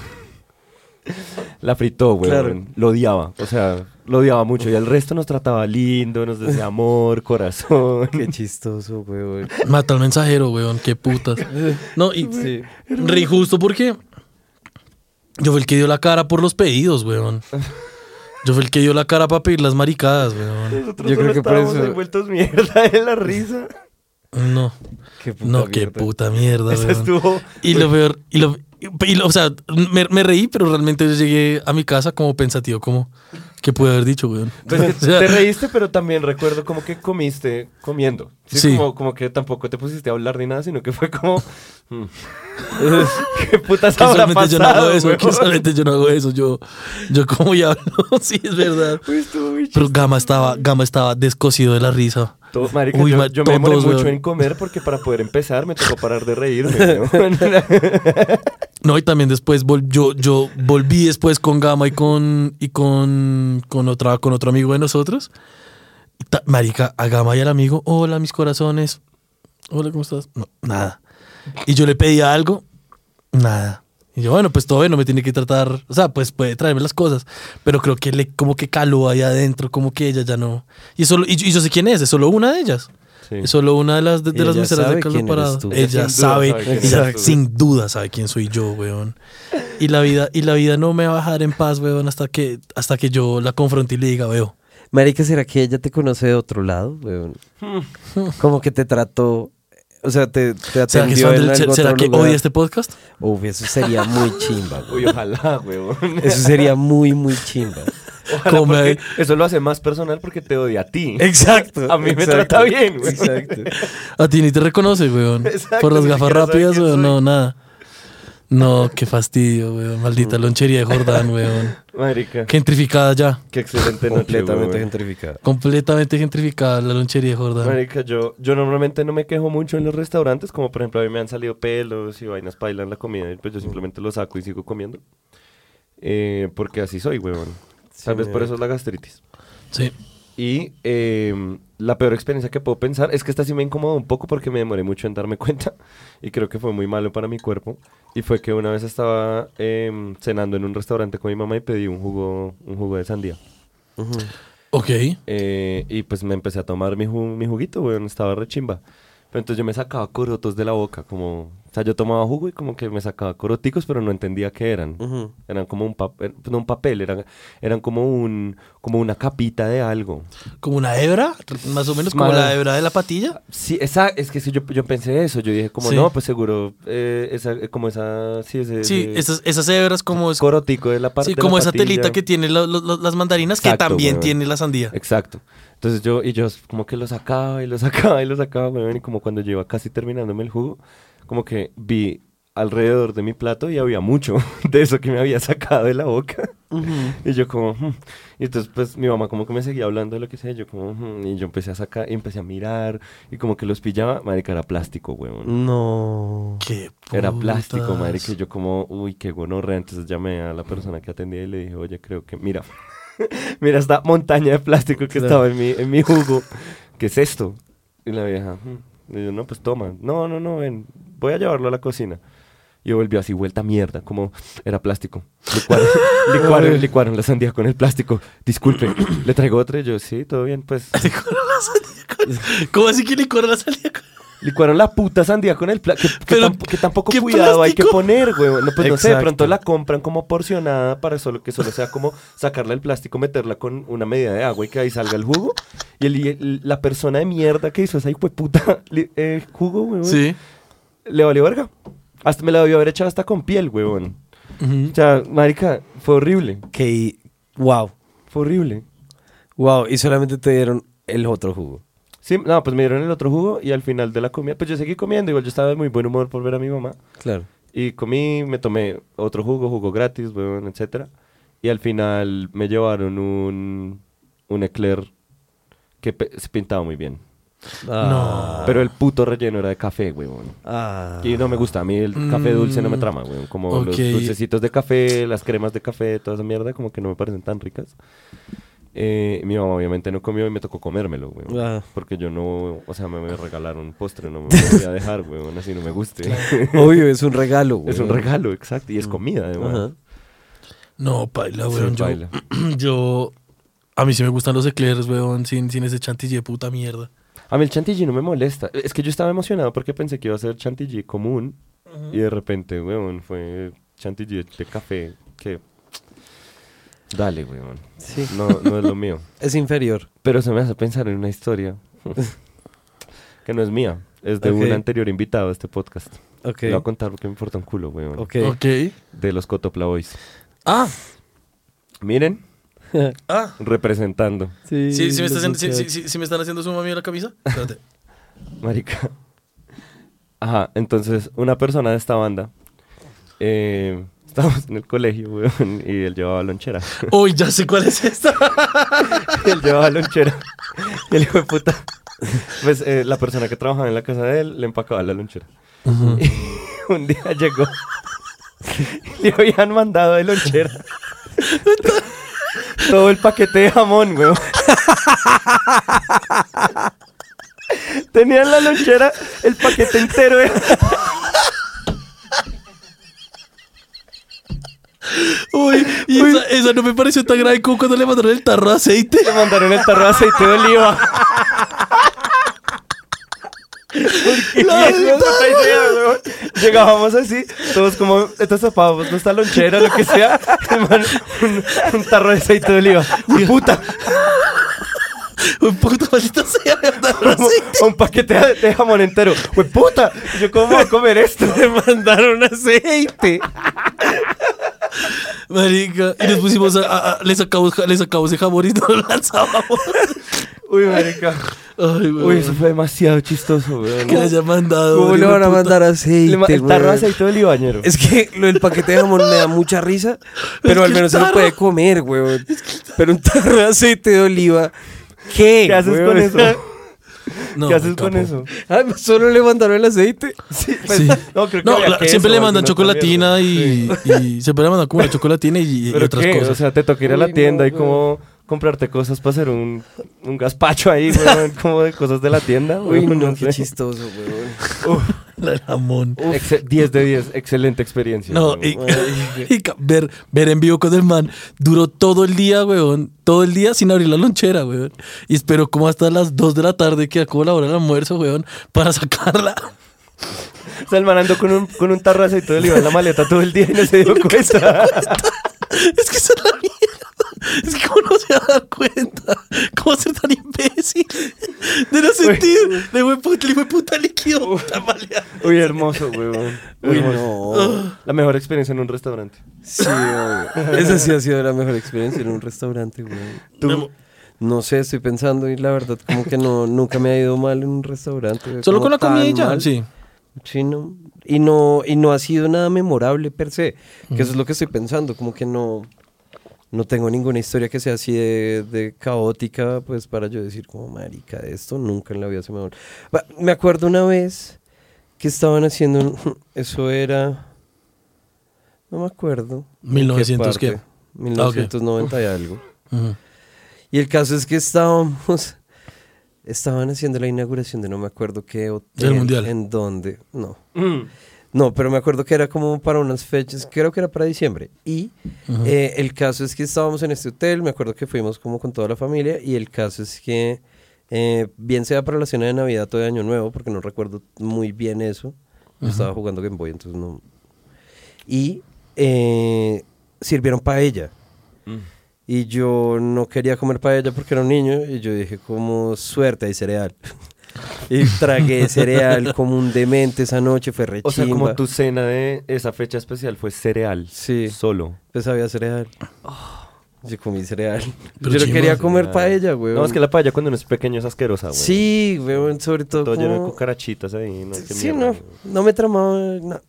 la fritó, güey. Claro. Lo odiaba. O sea, lo odiaba mucho. Y al resto nos trataba lindo, nos decía amor, corazón. Qué chistoso, güey. Mata al mensajero, weón, qué putas. No, y Sí. re injusto porque yo fui el que dio la cara por los pedidos, weón. Yo fui el que dio la cara para pedir las maricadas, weón. Nosotros Yo solo creo que por estábamos eso- ahí vueltos mierda de la risa. No, Qué puta no, qué mierda. puta mierda, Eso weón. estuvo... Y lo peor, y lo, y lo- o sea, me, me reí, pero realmente yo llegué a mi casa como pensativo, como, ¿qué pude haber dicho, weón? Pues que O sea, te reíste, pero también recuerdo como que comiste comiendo. Sí. Sí. Como, como que tampoco te pusiste a hablar ni nada, sino que fue como... mm. ¿Qué putas que habrá solamente yo no hago pasado, eso, que huevón? solamente yo no hago eso, yo, yo como ya hablo, sí, es verdad. Uy, estuvo muy Pero Gama estaba, Gama estaba descosido de la risa. Todo, marica, Uy, yo, ma- yo me demoré todos, mucho weón. en comer porque para poder empezar me tocó parar de reírme. weón. No, y también después vol- yo, yo volví después con Gama y con y con, con otra con otro amigo de nosotros. Ta- Marica, a Gama y al amigo, hola mis corazones, hola, ¿cómo estás? No, nada. Y yo le pedía algo, nada. Y yo, bueno, pues todo bien, no me tiene que tratar, o sea, pues puede traerme las cosas, pero creo que le como que caló ahí adentro, como que ella ya no. Y, solo, y, y yo sé quién es, es solo una de ellas. Sí. Es solo una de las de, de Y las ella miserias de sabe Carlos quién eres Parado. tú. Ella, Ella sin duda sabe, sabe quién ella eres tú. sin duda sabe quién soy yo, weón. Y la vida, y la vida no me va a dejar en paz, weón, hasta que, hasta que yo la confronte y le diga, veo. Marica, ¿será que ella te conoce de otro lado? weón? Como que te trató, o sea, te, te ¿Será que, es atendió fan en del- algún será otro que lugar? odia este podcast? Uf, eso sería muy chimba, güey. Uy, ojalá, weón. Eso sería muy, muy chimba. Ojalá, Como- Eh, porque eso lo hace más personal porque te odia a ti. Exacto. A mí me exacto, trata bien, güey. Exacto. A ti ni te reconoce, weón. Exacto, Por las ni gafas siquiera sabe rápidas, quién weón, soy. no, nada. No, qué fastidio, weón. Maldita lonchería de Jordán, weón. Marica. Qué, Gentrificada ya. excelente noche, Completamente weón. gentrificada. Completamente gentrificada la lonchería de Jordán. Marica, yo, yo normalmente no me quejo mucho en los restaurantes, como por ejemplo a mí me han salido pelos y vainas bailan la comida, y pues yo simplemente lo saco y sigo comiendo. Eh, porque así soy, weón. Tal vez por eso es la gastritis. Sí. Y eh, la peor experiencia que puedo pensar es que esta sí me incomodó un poco porque me demoré mucho en darme cuenta y creo que fue muy malo para mi cuerpo. Y fue que una vez estaba eh, cenando en un restaurante con mi mamá y pedí un jugo, un jugo de sandía. Ok. Eh, y pues me empecé a tomar mi, ju- mi juguito, weón, estaba rechimba. Pero entonces yo me sacaba corotos de la boca, como... O sea, yo tomaba jugo y como que me sacaba coroticos, pero no entendía qué eran. Eran como un papel, no un papel, eran, eran como, un, como una capita de algo. Como una hebra, más o menos como Más- la hebra de la patilla. Sí, esa, es que sí, yo, yo pensé eso, yo dije como, Sí. no, pues seguro, eh, esa, eh, como esa, sí, ese, Sí, ese esas, esas hebras como es, corotico de la parte sí, de la como esa patilla. telita que tiene lo- lo- lo- las mandarinas que Exacto, también weón. tiene la sandía. Exacto. Entonces yo, y yo como que lo sacaba y lo sacaba y lo sacaba, weón, y como cuando yo iba casi terminándome el jugo, como que vi alrededor de mi plato y había mucho de eso que me había sacado de la boca. Y yo como, "Hmm". y entonces pues mi mamá como que me seguía hablando de lo que sea, y yo como, "Hmm", y yo empecé a sacar, y empecé a mirar, y como que los pillaba, marica, era plástico, weón. No. Qué Era putas. plástico, madre, que yo como, uy, qué gonorrea. Entonces llamé a la persona que atendía y le dije, oye, creo que, mira, mira esta montaña de plástico que estaba en mi, en mi jugo. ¿Qué es esto? Y la vieja, "Mm". y yo, no, pues toma. No, no, no, ven, voy a llevarlo a la cocina. Y volvió así, vuelta a mierda, como era plástico. Licuaron, licuaron, licuaron la sandía con el plástico. Disculpe, le traigo otra. Y yo, sí, todo bien, pues. Licora la sandía con- ¿Cómo así que licora la sandía? con- Licuaron la puta sandía con el plástico. Que, Pero, tamp- que tampoco ¿qué cuidado hay que plástico? poner, güey. No, pues no sé, de Exacto. pronto la compran como porcionada para solo que solo sea como sacarla el plástico, meterla con una medida de agua y que ahí salga el jugo. Y, el- y el- la persona de mierda que hizo esa hijueputa li- eh, jugo, güey, Sí. le valió verga. Hasta me la debió haber echado hasta con piel, güey. Ujú. O sea, marica, fue horrible. Que, wow. Fue horrible. Wow. Y solamente te dieron el otro jugo. Sí, no, pues me dieron el otro jugo y al final de la comida, pues yo seguí comiendo, igual yo estaba de muy buen humor por ver a mi mamá. Claro. Y comí, me tomé otro jugo, jugo gratis, weón, etcétera. Y al final me llevaron un, un eclair que pe- se pintaba muy bien. Ah, Pero el puto relleno era de café, weón. Ah. Mm. Y no me gusta, a mí el café dulce no me trama, weón. Como ok. los dulcecitos de café, las cremas de café, toda esa mierda, como que no me parecen tan ricas. Eh, mi mamá obviamente no comió y me tocó comérmelo, weón. Ah. Porque yo no, o sea, me, me regalaron postre, no me lo voy a dejar, weón, así no me guste. Obvio, es un regalo, güey. Es un regalo, exacto. Y es comida, además. Mm. Ajá. No, paila, Sí, weón. yo, paila. yo- A mí sí me gustan los eclairs, weón, sin, sin ese chantilly de puta mierda. A mí el chantilly no me molesta. Es que yo estaba emocionado porque pensé que iba a ser chantilly común. Y de repente, weón, fue chantilly de café. Que. Dale, weón. Sí. No, no es lo mío. Es inferior. Pero se me hace pensar en una historia que no es mía. Es de un Ok. anterior invitado a este podcast. Ok. Lo voy a contar porque me importa un culo, weón. Ok. Ok. De los Cotoplaboys. Ah, Miren, ah. representando. sí, Sí, sí me, lo estás- sí- escuché. sí- sí- sí me están haciendo su mami la camisa. Espérate. Marica. Ajá, entonces una persona de esta banda. eh, estábamos en el colegio, weón, y él llevaba lonchera. Uy, ya sé cuál es esta. él llevaba lonchera. Y el hijo de puta. Pues eh, la persona que trabajaba en la casa de él le empacaba la lonchera. Y un día llegó. y le habían mandado de lonchera. todo el paquete de jamón, weón. Tenía en la lonchera el paquete entero de Uy, y Esa, esa no me pareció tan grave como cuando le mandaron el tarro de aceite. Le mandaron el tarro de aceite de oliva. Porque teníamos otra idea, weón. Llegábamos así, todos como, entonces tapábamos nuestra lonchera, lo que sea, el man- un, un tarro de aceite de oliva. ¡Uy, puta! Un puto maldito sea de tarro de aceite. Un paquete de de jamón entero. ¡Uy, puta! ¿Yo cómo voy a comer esto? Le mandaron aceite. Marica, y nos pusimos a, a- a- le sacamos, ja- le sacamos el jamón y nos lo lanzábamos. Uy, marica. Ay, Uy, güey. eso fue demasiado chistoso, weón. Que le haya mandado. ¿Cómo le marica, van a puta. mandar aceite? Le ma- el tarro de weón? aceite de olivañero. Es que lo del paquete de jamón me da mucha risa, pero que al menos el se lo tarro- puede comer, weón. Pero un tarro de aceite de oliva, ¿qué? ¿Qué haces con weón? eso? No, ¿Qué haces capo. con eso? Ah, solo le mandaron el aceite. Sí, Sí. No, creo que No, había la- queso, siempre le mandan alguna chocolatina mierda. y, y siempre le mandan como la chocolatina y, y ¿Pero otras qué? cosas. O sea, te toca ir a la Uy, tienda no, y como comprarte cosas para hacer un, un gazpacho ahí, weón, como de cosas de la tienda. Uy, weón, no, qué sé. chistoso, weón. La del jamón. Exce- 10 de 10, excelente experiencia. No, weón. y, y ca- ver, ver en vivo con el man duró todo el día, weón. Todo el día sin abrir la lonchera, weón. Y esperó como hasta las 2 de la tarde, que acabó la hora del almuerzo, weón, para sacarla. O sea, el man andó con un, con un tarro de aceite de oliva en la maleta todo el día y no se dio cuenta. Es que esa es la mierda. Es que cómo no se va a dar cuenta. ¿Cómo ser tan imbécil? De no sentir. De buen puta, de puta líquido. tamaleado. Uy, hermoso, weón. Uy, Hermoso. no. La mejor experiencia en un restaurante. Sí, obvio. Esa sí ha sido la mejor experiencia en un restaurante, weón. No, No sé, estoy pensando y la verdad como que no, nunca me ha ido mal en un restaurante. weón, Solo como con la tan comida y ya. mal. Sí. Sí, no. Y no, y no ha sido nada memorable per se. Que eso es lo que estoy pensando. Como que no, no tengo ninguna historia que sea así de, de caótica, pues para yo decir como marica, esto nunca en la vida se me va. a olvidar". Va, Me acuerdo una vez que estaban haciendo un- eso era. No me acuerdo. en 1900 qué. Ah, parte, 1990 y algo. Ujú. Y el caso es que estábamos. Estaban haciendo la inauguración de no me acuerdo qué hotel. Mundial. En dónde. No. Mm. No, pero me acuerdo que era como para unas fechas, creo que era para diciembre. Y eh, el caso es que estábamos en este hotel, me acuerdo que fuimos como con toda la familia y el caso es que, eh, bien sea para la cena de Navidad o de Año Nuevo, porque no recuerdo muy bien eso, yo estaba jugando Game Boy, entonces no... Y eh, sirvieron paella. Mm. Y yo no quería comer paella porque era un niño y yo dije como suerte hay cereal. y tragué cereal como un demente esa noche, fue re O sea, como chimba. tu cena de esa fecha especial fue cereal. Sí. Solo. Pues había cereal. Yo comí cereal. Pero yo no chimba, quería comer Cereal. paella, güey. Oh. No, es que la paella cuando uno es pequeño es asquerosa, güey. Sí, güey, sobre todo. Todo lleno de como- cucarachitas ahí. No, Qué Sí, mierda, no, güey. no me tramaba. no.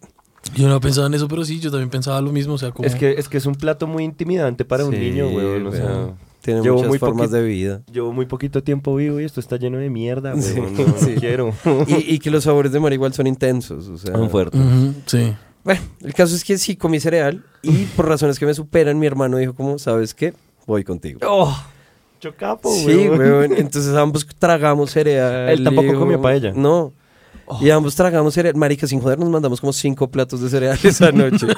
Yo no pensaba en eso, pero sí, yo también pensaba lo mismo. O sea, como. Es que, es que es un plato muy intimidante para un Sí, niño, güey. O güey. sea, Tiene llevo muchas muy formas poquito- de vida. Llevo muy poquito tiempo vivo y esto está lleno de mierda, güey. Sí, no, no sí. quiero. Y, y que los sabores de mar igual son intensos, o sea. fuertes. Ujú, sí. Bueno, el caso es que sí comí cereal y por razones que me superan, mi hermano dijo como, ¿sabes qué? Voy contigo. ¡Oh! Chocapo, güey. Sí, weón. Entonces ambos tragamos cereal. Él tampoco hijo. comió paella. Oh. No. Y ambos tragamos cereal. Marica, sin joder, nos mandamos como cinco platos de cereal esa noche.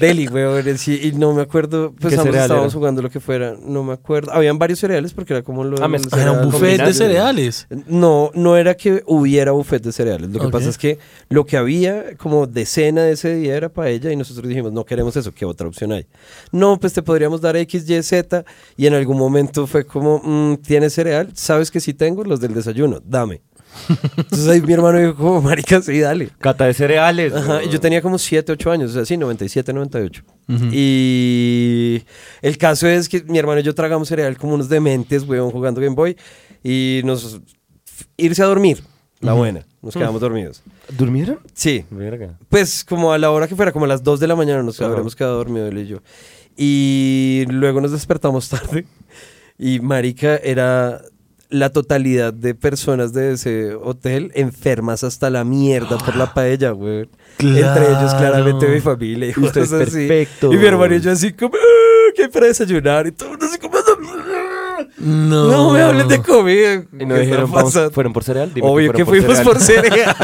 Deli, weón. sí, y no me acuerdo. Pues ¿Qué ambos cereal estábamos era? jugando lo que fuera. No me acuerdo. Habían varios cereales porque era como lo. Ah, me- del Ah, Era un cereal buffet de combinado. cereales. No, no era que hubiera buffet de cereales. Lo que Ok. pasa es que lo que había como decena de ese día era paella y nosotros dijimos, no queremos eso, ¿qué otra opción hay? No, pues te podríamos dar X, Y, Z y en algún momento fue como, "Mm, ¿tienes cereal? ¿Sabes que sí tengo? Los del desayuno, dame. Entonces ahí mi hermano dijo, como, marica, sí, dale. Cata de cereales. Ajá, güey. y yo tenía como 7, 8 años, o sea, sí, 97, 98. Y el caso es que mi hermano y yo tragamos cereal como unos dementes, weón, jugando Game Boy. Y nos... Irse a dormir, la buena. Nos quedamos dormidos. ¿Durmieron? Sí, Verga. pues como a la hora que fuera, como a las 2 de la mañana nos habremos quedado dormidos él y yo. Y luego nos despertamos tarde y marica era la totalidad de personas de ese hotel enfermas hasta la mierda por la paella, güey. Entre ellos claramente Claro. mi familia y Usted cosas es así. perfecto. Y mi hermano y yo así como, "Ah, ¿qué hay para desayunar? Y todo, no sé cómo No. No me hables de comida. Y no ¿Qué dijeron, está vamos- pasando? fueron por cereal. Dime Obvio que, fueron fuimos por cereal.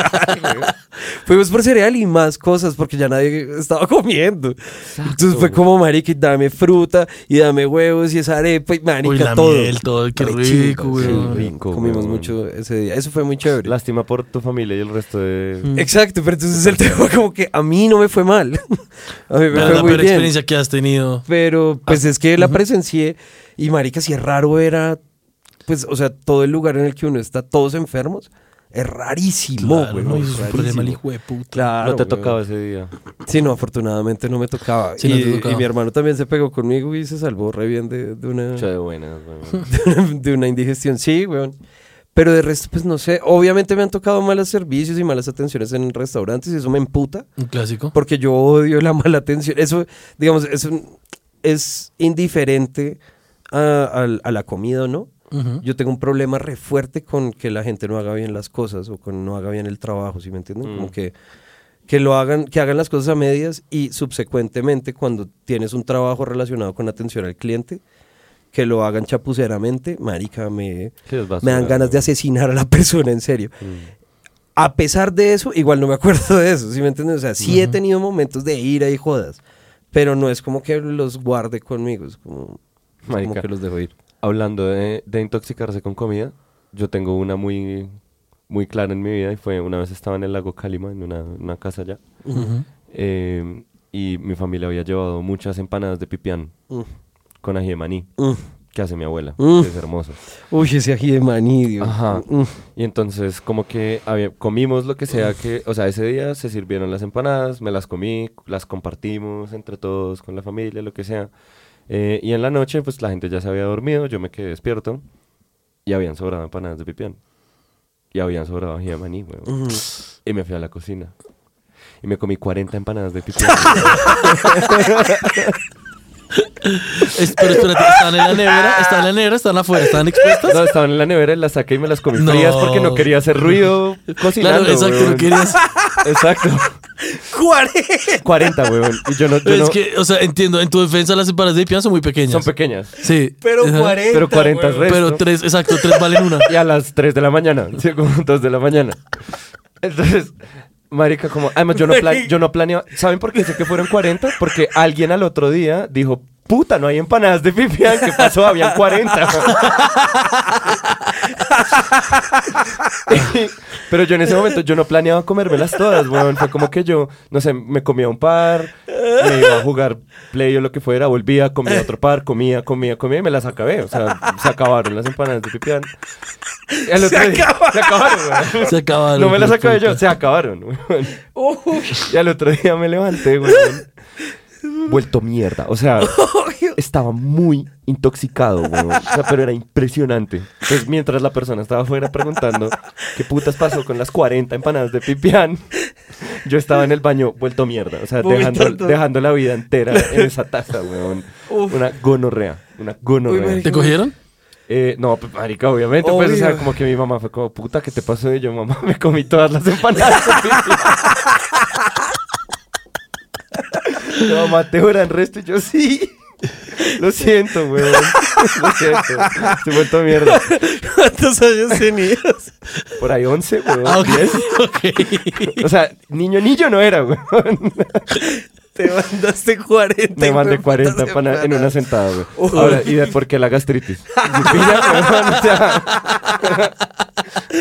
fuimos por cereal y más cosas porque ya nadie estaba comiendo. Entonces fue como, marica, y dame fruta y dame huevos y esa arepa y marica, Uy, la todo. miel, todo, qué Marica, rico, sí, weón. Rico, Comimos weón. mucho ese día. Eso fue muy chévere. Lástima por tu familia y el resto Mm. de... Exacto, pero entonces el tema como que a mí no me fue mal. A mí me Pero fue la muy peor bien. experiencia que has tenido. Pero pues Ah, es que la presencié y marica, si es raro era, pues, o sea, todo el lugar en el que uno está, todos enfermos, es rarísimo, Claro, güey, no, es eso es un problema el rarísimo. hijo de puta. Claro, no te güey. tocaba ese día. Sí, no, afortunadamente no me tocaba. Sí, y, no te tocaba. y mi hermano también se pegó conmigo y se salvó re bien de, de una, Mucha de buenas, weón. de una indigestión. Sí, weón. Pero de resto, pues no sé. Obviamente me han tocado malos servicios y malas atenciones en restaurantes y eso me emputa. Un clásico. Porque yo odio la mala atención. Eso, digamos, es, un- es indiferente a, al- a la comida o no. Ujú. Yo tengo un problema re fuerte con que la gente no haga bien las cosas o con no haga bien el trabajo, ¿sí me entienden? Como que, que lo hagan, que hagan las cosas a medias y subsecuentemente cuando tienes un trabajo relacionado con atención al cliente, que lo hagan chapuceramente, marica, me, Sí, es basura, Mm. me dan ganas de weón. asesinar a la persona, en serio. A pesar de eso, igual no me acuerdo de eso, ¿sí me entiendes? O sea, sí he tenido momentos de ira y jodas, pero no es como que los guarde conmigo, es como, es como Marica. que los dejo ir. Hablando de, de intoxicarse con comida, yo tengo una muy, muy clara en mi vida y fue una vez estaba en el lago Calima, en una, una casa allá, eh, y mi familia había llevado muchas empanadas de pipián Mm, con ají de maní, mm. que hace mi abuela, Mm. que es hermoso. Uy, ese ají de maní, Dios. Ajá. Mm. Y entonces como que había- comimos lo que sea que, o sea, ese día se sirvieron las empanadas, me las comí, las compartimos entre todos, con la familia, lo que sea. Eh, y en la noche pues la gente ya se había dormido, yo me quedé despierto y habían sobrado empanadas de pipián. Y habían sobrado ají de maní, weón. Y me fui a la cocina. Y me comí 40 empanadas de pipián. Es- pero espérate, ¿están en la nevera? ¿Están en la nevera? ¿Están afuera? ¿Están expuestas? no, estaban en la nevera y las saqué y me las comí No. frías porque no quería hacer ruido cocinando, Claro, exacto, weón. no querías. Exacto. 40, weón. Y yo no, yo Es no- que, o sea, entiendo, en tu defensa las empanadas de piano son muy pequeñas. Son pequeñas. Sí. Pero Ajá. 40. Pero 40 es resto. Pero tres, exacto, tres valen una. Y a las 3 de la mañana. Sí, como 2 de la mañana. Entonces, marica, como... Además, yo no, pla- yo no planeaba... ¿Saben por qué sé que fueron 40? Porque alguien al otro día dijo... Puta, no hay empanadas de pipián. ¿Qué pasó? Habían 40. Pero yo en ese momento, yo no planeaba comérmelas todas, weón. Fue como que yo, no sé, me comía un par, me iba a jugar play o lo que fuera, volvía, comía otro par, comía, comía, comía y me las acabé. O sea, se acabaron las empanadas de pipián. Y al otro día- se acabaron, weón. Se acabaron. No me las hijo de acabé yo, puta. se acabaron, weón. Y al otro día me levanté, weón. Vuelto mierda. O sea, estaba muy intoxicado, weón. O sea, pero era impresionante. Entonces, mientras la persona estaba afuera preguntando qué putas pasó con las 40 empanadas de pipián, yo estaba en el baño vuelto mierda. O sea, dejando, dejando la vida entera en esa taza, weón. Una gonorrea. Una gonorrea. ¿Te cogieron? Eh, no, pues, marica, obviamente. Pues, o sea, Obvio. como que mi mamá fue como, puta, ¿qué te pasó? Y yo, mamá, me comí todas las empanadas. no, mamá, te juran resto. Y yo, sí. Lo siento, weón. Lo siento. Estoy vuelto mierda. ¿Cuántos años tenías? Por ahí 11, weón. Ah, ok. 10. ok. O sea, niño, niño no era, weón. Te mandaste 40. Me mandé 40 empanadas para en una sentada, güey. Ahora, ¿y de por qué la gastritis? Pilla, weón, o sea.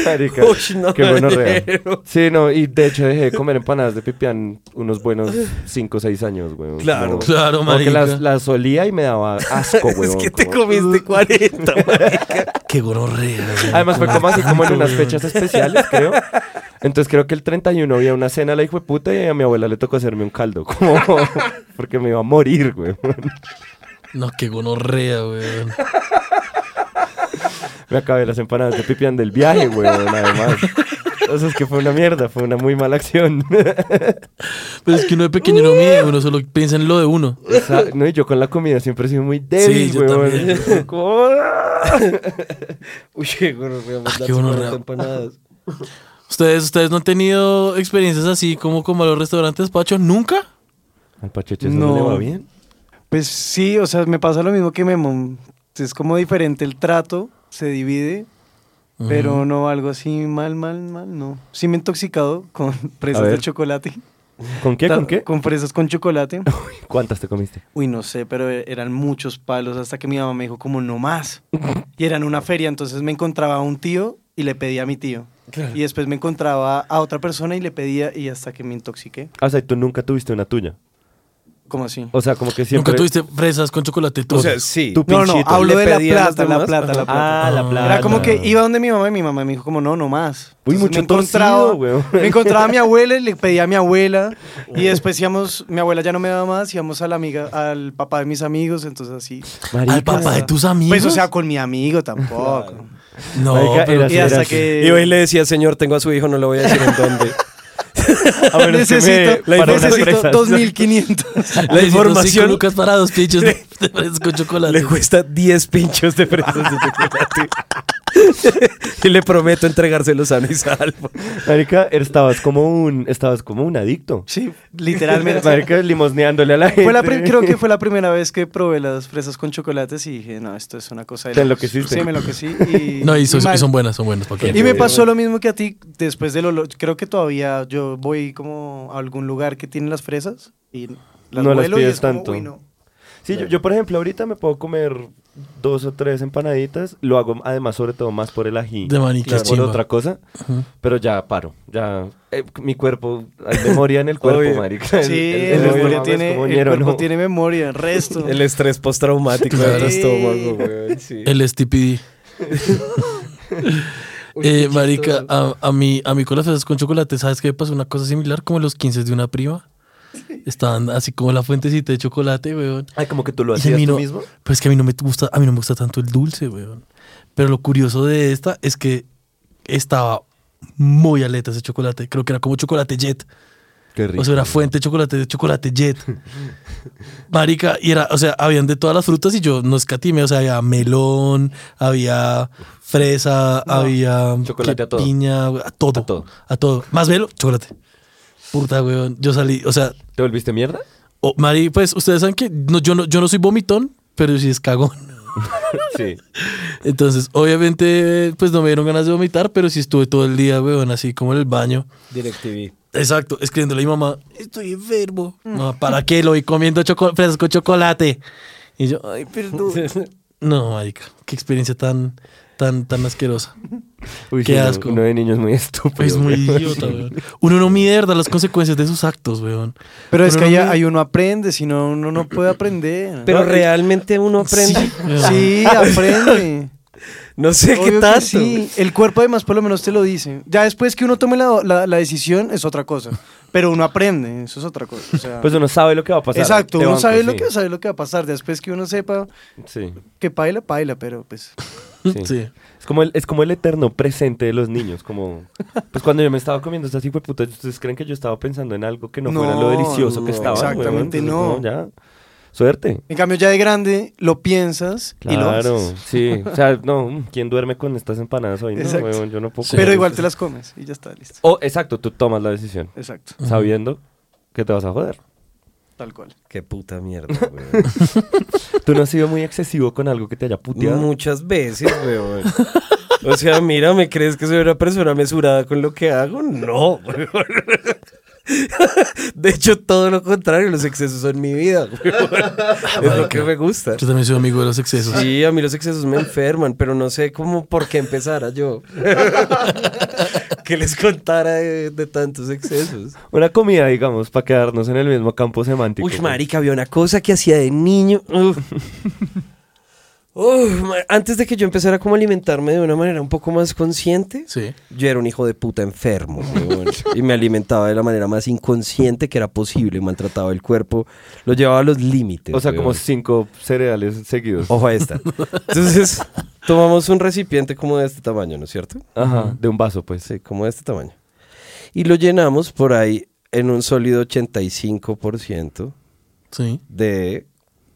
Marica, Uy, no, qué bueno real. negro. Sí, no, y de hecho dejé de comer empanadas de pipián unos buenos 5 o 6 años, güey. Claro. Claro, marica. Porque las, las olía y me daba asco, güey. Es que te comiste 40, marica. Qué gonorrea. güey. Además fue como así como en unas fechas especiales, creo. Entonces creo que el 31 había una cena a la hijo de puta y a mi abuela le tocó hacerme un caldo. Como porque me iba a morir, güey. No, qué gonorrea, weón. Me acabé las empanadas de pipián del viaje, weón, además. Entonces que fue una mierda, fue una muy mala acción. Pero es que uno de pequeño no mide, uno solo piensa en lo de uno. Esa- no, y yo con la comida siempre he sido muy débil, Sí, yo weón. también. Como, "Ah". Uy, Ah, qué bueno, voy a mandar qué bueno, 40 real. empanadas. ¿Ustedes, ¿Ustedes no han tenido experiencias así como con malos restaurantes, Pacho? ¿Nunca? Al pachecho no. le No. va bien. Pues sí, o sea, me pasa lo mismo que Memo. es como diferente el trato, se divide, pero no algo así mal, mal, mal, no. Sí me he intoxicado con A presas ver. de chocolate. ¿Con qué? Ta- ¿Con qué? Con presas con chocolate. ¿Cuántas te comiste? Uy, no sé, pero e- eran muchos palos hasta que mi mamá me dijo como no más. Y eran una feria, entonces me encontraba a un tío y le pedía a mi tío. Y después me encontraba a otra persona y le pedía y hasta que me intoxiqué. Ah, O sea, tú nunca tuviste una tuya. ¿Cómo así? O sea, como que siempre... Nunca tuviste fresas con chocolate. O todos. sea, sí. Tú- No, no, pinchito. hablo ¿Le de la pedía a los plata, la demás? plata, la plata. Ah, la plata. Era como que iba donde mi mamá y mi mamá me dijo como no, no más. Uy, Entonces mucho me encontraba, torcido, weón. me encontraba a mi abuela y le pedía a mi abuela y después íbamos, mi abuela ya no me daba más, íbamos a la amiga, al papá de mis amigos, entonces así. ¿Al papá de tus amigos? Pues o sea, con mi amigo tampoco. no, Marica, pero- era- Y Era hasta así. que Y hoy le decía, señor, tengo a su hijo, no le voy a decir en dónde. A menos ah, que me- necesito, para unas necesito fresas. 2.500. La Necesito cinco información lucas para dos pinchos de, de fresas con chocolate. le cuesta 10 pinchos de fresas de chocolate. y le prometo entregárselo sano y salvo. Marica, estabas como un, estabas como un adicto. Sí, literalmente. Marica, limosneándole a la gente. Fue la prim- creo que fue la primera vez que probé las fresas con chocolates y dije, no, esto es una cosa de... Te locos". enloqueciste. Sí, me enloquecí. Y, No, y, son- y y mal. son buenas, son buenas. ¿para qué? Y me pasó lo mismo que a ti después del olor. Creo que todavía yo voy como a algún lugar que tiene las fresas y las No las huelo y pides es como, tanto. "Uy, no". Sí, yo, yo, por ejemplo ahorita me puedo comer dos o tres empanaditas. Lo hago además sobre todo más por el ají. De maní, que qué por chimba. otra cosa. Pero ya paro. Ya eh, mi cuerpo, hay memoria en el Obvio. cuerpo, marica. Sí, El- el- el, el estómago memoria es tiene, como el ñero, cuerpo ¿no? tiene memoria, el resto. El estrés postraumático de tu Claro. estómago, weón. Sí. El STPD. Eh, marica, a, a mí, a mí con las fresas con chocolate, ¿sabes qué me pasó? Una cosa similar, como los 15 de una prima. Estaban así como la fuentecita de chocolate, weón. Ay, como que tú Ah, lo Y a hacías mí tú no- mismo. Pero es que a mí no me gusta, a mí no me gusta tanto el dulce, weón. Pero lo curioso de esta es que estaba muy aleta ese chocolate. Creo que era como chocolate jet. Qué O sea, era fuente de chocolate, de chocolate jet. Marica, y era, o sea, habían de todas las frutas y yo no escatimé. O sea, había melón, había fresa, había Chocolate qué a todo. piña, güey, a todo. A todo. A todo. Más velo, chocolate. Puta, weón. Yo salí, o sea, ¿Te volviste mierda? oh, Mari, pues ustedes saben que no, yo, no, yo no soy vomitón, pero sí es cagón. Sí. Entonces, obviamente, pues no me dieron ganas de vomitar, pero sí estuve todo el día, weón, así como en el baño. DirecTV. Exacto, escribiéndole a mi mamá, estoy enfermo. Mm. Mamá, ¿para qué lo vi comiendo choco- fresas con chocolate? Y yo, ay, perdón. No, marica, qué experiencia tan, tan, tan asquerosa. Uy, Qué sí, no, asco. Uno de niños muy estúpido. Es muy güey. idiota, weón. Uno no mide de verdad las consecuencias de sus actos, weón. Pero es Uno que no ahí, mide- ahí uno aprende, si no, uno no puede aprender. Pero realmente uno aprende. weón. sí, aprende. No sé Obvio qué que tanto. sí. El cuerpo además por lo menos te lo dice. Ya después que uno tome la, la- la decisión es otra cosa. Pero uno aprende, eso es otra cosa. o sea, Pues uno sabe lo que va a pasar. exacto, Te uno banco, sabe lo sí. que sabe lo que va a pasar. Después que uno sepa Sí. que paila, paila, pero pues. Sí. Sí. Es como, el, es como el eterno presente de los niños, como... Pues cuando yo me estaba comiendo estas hijo ¿ustedes creen que yo estaba pensando en algo que no, fuera lo No, delicioso que no, estaba? huevón? exactamente Entonces, no. ya. Suerte. En cambio, ya de grande lo piensas y lo Claro, haces. sí. O sea, no, mm, ¿quién duerme con estas empanadas hoy? No, Exacto. huevón, yo no puedo pero comer igual esto. te las comes y ya está, listo. O, exacto, tú tomas la decisión, Exacto, sabiendo que te vas a joder. tal cual. Qué puta mierda, weón. Tú no has sido muy excesivo con algo que te haya puteado. Muchas veces, weón. O sea, mira, ¿me crees que soy una persona mesurada con lo que hago? No, weón. De hecho, todo lo contrario, los excesos son mi vida, weón. Es lo que me gusta. Yo también soy amigo de los excesos. Sí, a mí los excesos me enferman, pero no sé cómo por qué empezara yo. que les contara de, de tantos excesos. Una comida, digamos, para quedarnos en el mismo campo semántico. Uy, marica, había una cosa que hacía de niño. Uf. Uf, ma- antes de que yo empezara como a alimentarme de una manera un poco más consciente, Sí. yo era un hijo de puta enfermo. weón. y me alimentaba de la manera más inconsciente que era posible. Maltrataba el cuerpo, lo llevaba a los límites. O sea, como weón. cinco cereales seguidos. Ojo a esta. Entonces, tomamos un recipiente como de este tamaño, ¿no es cierto? Ajá, de un vaso, pues. Sí, como de este tamaño. Y lo llenamos por ahí en un sólido 85% Sí. de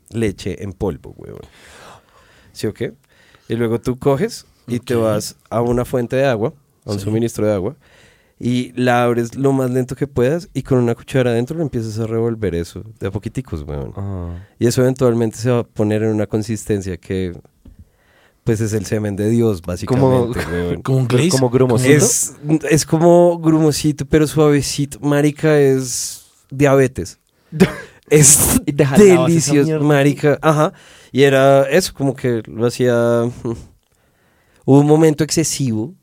leche en polvo, huevón. ¿Sí o qué? Y luego tú coges y te vas a una fuente de agua, a un suministro de agua, y la abres lo más lento que puedas y con una cuchara adentro lo empiezas a revolver eso de a poquiticos, huevón. Ah. Y eso eventualmente se va a poner en una consistencia que pues es el semen de Dios, básicamente. weón. Como un glaze. Como grumosito. Es, es como grumosito, pero suavecito. Marica es diabetes. es Y te jalabas esa delicioso, mierda. marica. Ajá. Y era eso, como que lo hacía... mm. Hubo un momento excesivo,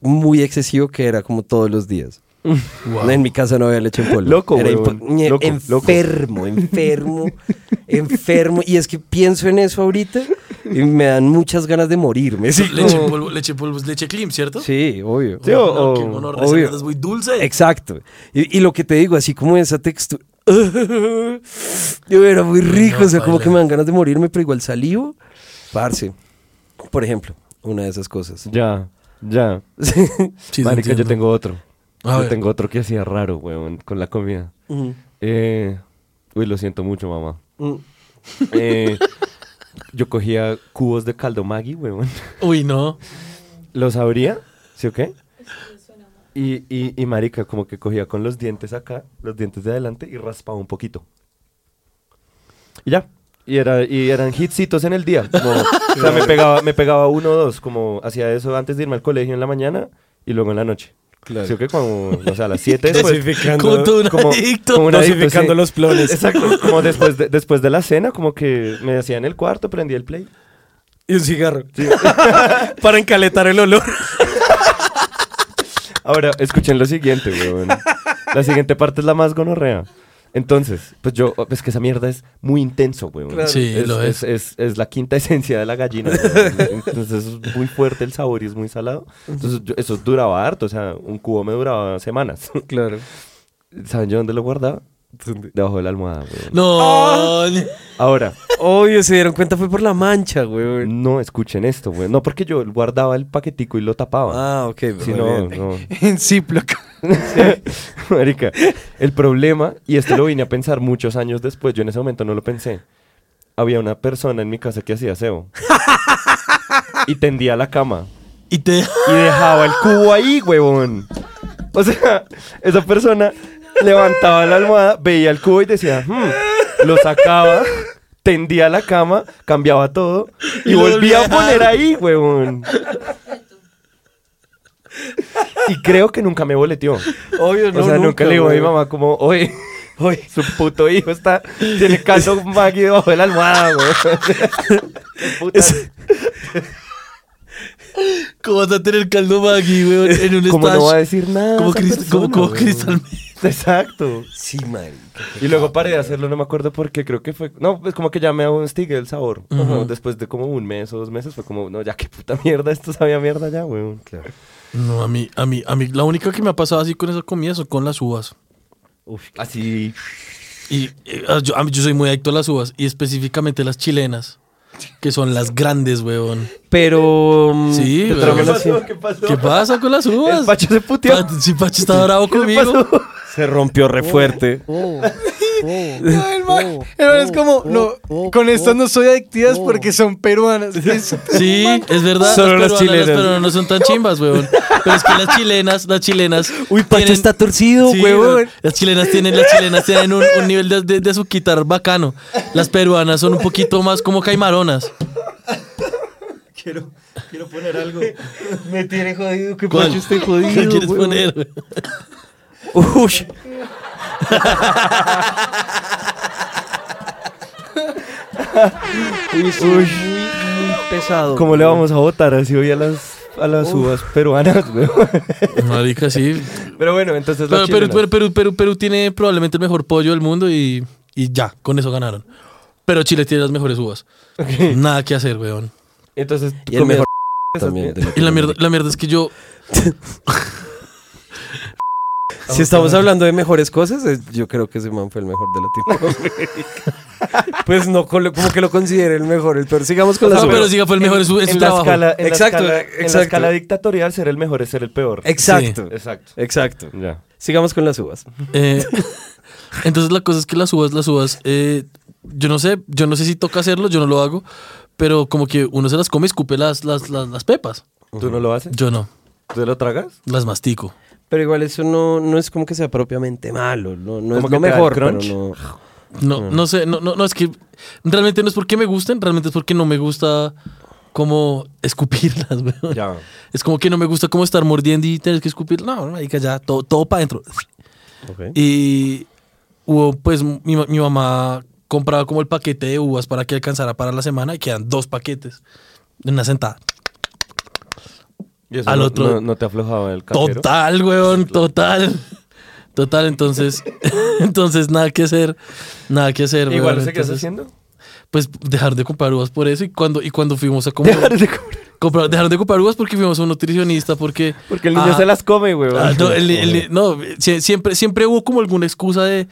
muy excesivo, que era como todos los días. Wow. En mi casa no había leche en polvo. Loco, Era huevón. impo- ñe- Loco, loco. enfermo, enfermo, enfermo. Y es que pienso en eso ahorita y me dan muchas ganas de morirme. Sí, Leche en como- polvo, leche en polvo es leche clean, ¿cierto? Sí, obvio. Sí, o- No, qué o- honor, obvio. esa mierda es muy dulce. Exacto. Y, y lo que te digo, así como esa textura. Yo era muy rico, No, o sea, como baila. que me dan ganas de morirme, pero igual salivo. Parce, por ejemplo, una de esas cosas. Ya, ya. Sí, te Marica, yo entiendo. tengo otro. A yo ver. tengo otro que hacía raro, weón, con la comida. Eh, uy, lo siento mucho, mamá. Eh, yo cogía cubos de caldo Maggi, weón. Uy, no. ¿Los abría? ¿Sí o qué? Y, y, y marica, como que cogía con los dientes acá, los dientes de adelante y raspaba un poquito. Y ya. Y, era, y eran hitsitos en el día. como- o sea, me pegaba, me pegaba uno o dos, como hacía eso antes de irme al colegio en la mañana y luego en la noche. Claro. ¿Sí o qué? Como, o sea, a las 7 Como todo un como, adicto. como un adicto, Dosificando sí. los plones. Exacto. Como después de, después de la cena, como que me hacía en el cuarto, prendía el play. Y un cigarro. Para encaletar el olor. Ahora, escuchen lo siguiente, weón. La siguiente parte es la más gonorrea. Entonces, pues yo, es que esa mierda es muy intenso, weón. Claro. Sí, es, lo es. Es, es la quinta esencia de la gallina. weón. Entonces es muy fuerte el sabor y es muy salado. Entonces yo- eso duraba harto, o sea, un cubo me duraba semanas. Claro. ¿Saben yo dónde lo guardaba? Debajo de la almohada, weón. Ah. No. Ahora, Obvio, se dieron cuenta, fue por la mancha, güey. no escuchen esto, weón. No, porque yo guardaba el paquetico y lo tapaba. Ah, ok. si muy no, bien. no. En Ziploc. Marica, el problema, y esto lo vine a pensar muchos años después, yo en ese momento no lo pensé. Había una persona en mi casa que hacía aseo. y tendía la cama. Y te. Y dejaba el cubo ahí, huevón. O sea, esa persona levantaba la almohada, veía el cubo y decía, "Hmm", lo sacaba, tendía la cama, cambiaba todo y, Y lo volvía volvía a a poner ahí, huevón. Y creo que nunca me boleteó Obvio, no. o sea, nunca, le digo a mi güey. mamá como, oye, oye, su puto hijo está, tiene caldo Maggi debajo de la almohada, güey. Qué puta- Es- ¿Cómo vas a tener caldo Maggi, weón? En un ¿Cómo no va stash. a decir nada? Como, esa Crist- como, persona, como güey? Crystal Exacto. Sí, marica. Y luego paré de hacerlo, no me acuerdo por qué, creo que fue... No, pues como que ya me abustigué el sabor. Como Después de como un mes o dos meses fue como, no, ya qué puta mierda, esto sabía a mierda ya, güey. No, a mí, a mí, a mí, la única que me ha pasado así con esa comida son con las uvas. Así... Y eh, ah, yo, a mí- yo soy muy adicto a las uvas y específicamente las chilenas, que son las grandes, weón. Pero. mm, Sí, te güey. traman ¿Qué las- ¿Qué pasó? ¿Qué pasa con las El uvas? Pacho se puteó. Pa- sí, Pacho está bravo ¿Qué le conmigo. pasó? Se rompió re fuerte. No, el man- el man es como, no, con estas no soy adictivas porque son peruanas. Es- Sí, es verdad. Solo las peruanas, chilenas. Pero no son tan chimbas, weón. Pero es que las chilenas, las chilenas. Uy, Pacho tienen- está torcido, Sí, huevón. weón. Las chilenas tienen, las chilenas tienen un, un nivel de, de, de su quitar bacano. Las peruanas son un poquito más como caimaronas. Me tiene jodido, que ¿Cuál? Pacho esté ¿Qué jodido. quieres huevón. poner? weón? Uy. Uy, sí, muy, muy pesado. ¿Cómo le vamos a votar así hoy a las, a las uvas peruanas, güey? Marica, sí. Pero bueno, entonces Pero las Perú, chilenas. Perú, Perú, Perú- Perú tiene probablemente el mejor pollo del mundo y, y ya, con eso ganaron. Pero Chile tiene las mejores uvas. Nada que hacer, weón. Entonces, Y el comías mejor esas también. mierdas. Y la mierda, la mierda es que yo. Si estamos hablando de mejores cosas, eh, yo creo que ese man fue el mejor de Latinoamérica. pues no, con lo- como que lo considere el mejor. El peor. Sigamos con la No, segunda. Ah, pero siga, fue el mejor en su, en su En la trabajo. escala, en Exacto, la escala, En exacto. la escala dictatorial, ser el mejor es ser el peor. Exacto. Exacto. Exacto. Ya. Sigamos con las uvas. Eh, entonces la cosa es que las uvas, las uvas, eh, yo no sé, yo no sé si toca hacerlo, yo no lo hago, pero como que uno se las come y escupe las, las, las, las pepas. ¿Tú no lo haces? Yo no, ¿Tú lo tragas? las mastico. Pero igual eso no, no es como que sea propiamente malo. No, no es lo Como que te da el mejor, pero crunch. no. No, no sé, no, no, no, es que realmente no es porque me gusten, realmente es porque no me gusta como escupirlas, weón. Ya. Es como que no me gusta como estar mordiendo y tener que escupir. No, marica, ya, todo, todo para adentro. Ok. Y hubo, pues, mi, ma- mi mamá compraba como el paquete de uvas para que alcanzara para la semana y quedan dos paquetes en una sentada. Y eso Al no, otro- no- no te aflojaba el cajero. Total, weón, total. Total, entonces, entonces nada que hacer, nada que hacer. Igual weón, no sé qué estás entonces, haciendo. Pues dejar de comprar uvas por eso y cuando, y cuando fuimos a comprar... Dejar de comer. comprar- dejaron de comprar uvas porque fuimos a un nutricionista porque... Porque el niño Ah, se las come, güey. Ah, no, el- el- no, sie- siempre, siempre hubo como alguna excusa de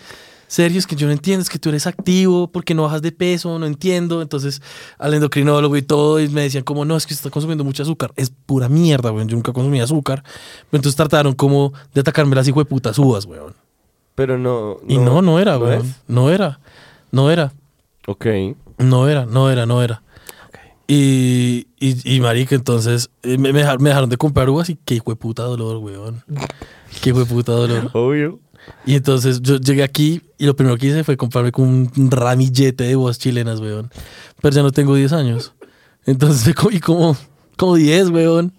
serio, es que yo no entiendo, es que tú eres activo, porque no bajas de peso, no entiendo. Entonces, al endocrinólogo y todo, y me decían como, no, es que está consumiendo mucho azúcar. Es pura mierda, weón. Yo nunca consumí azúcar. Pero entonces trataron como de atacarme las hijo de putas uvas, weón. Pero no. Y no, no era, weón. es? No era. No era. Ok. No era, no era, no era. Y, y, y marica, entonces eh, me, me dejaron, me dejaron de comprar uvas y qué hijo de puta dolor, weón. Qué hijo de puta dolor. Obvio. Y entonces yo llegué aquí y lo primero que hice fue comprarme como un ramillete de uvas chilenas, weón. Pero ya no tengo 10 años. Entonces me comí como, como 10, weón.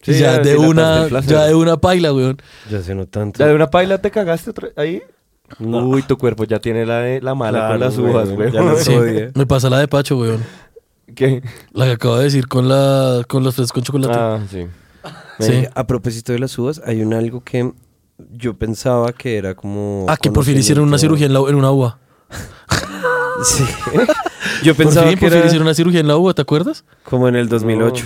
Sí, Y ya, ya de dilataste una, el placer. ya de una paila, weón. Ya se no tanto. ¿La de una paila te cagaste otra- ahí? Uy, tu cuerpo ya tiene la, de- la mala Claro, con las güey, uvas, ya güey. las- Sí, Oye. me pasa la de Pacho, weón. ¿Qué? La que acabo de decir con, la, con los frescos con chocolate. Ah, sí. sí. A propósito de las uvas, hay un algo que yo pensaba que era como. Ah, que por fin hicieron una cirugía conocimiento- en, la, en una uva. Sí. yo Por pensaba fin, que por fin era hicieron una cirugía en la uva, ¿te acuerdas? como en el 2008.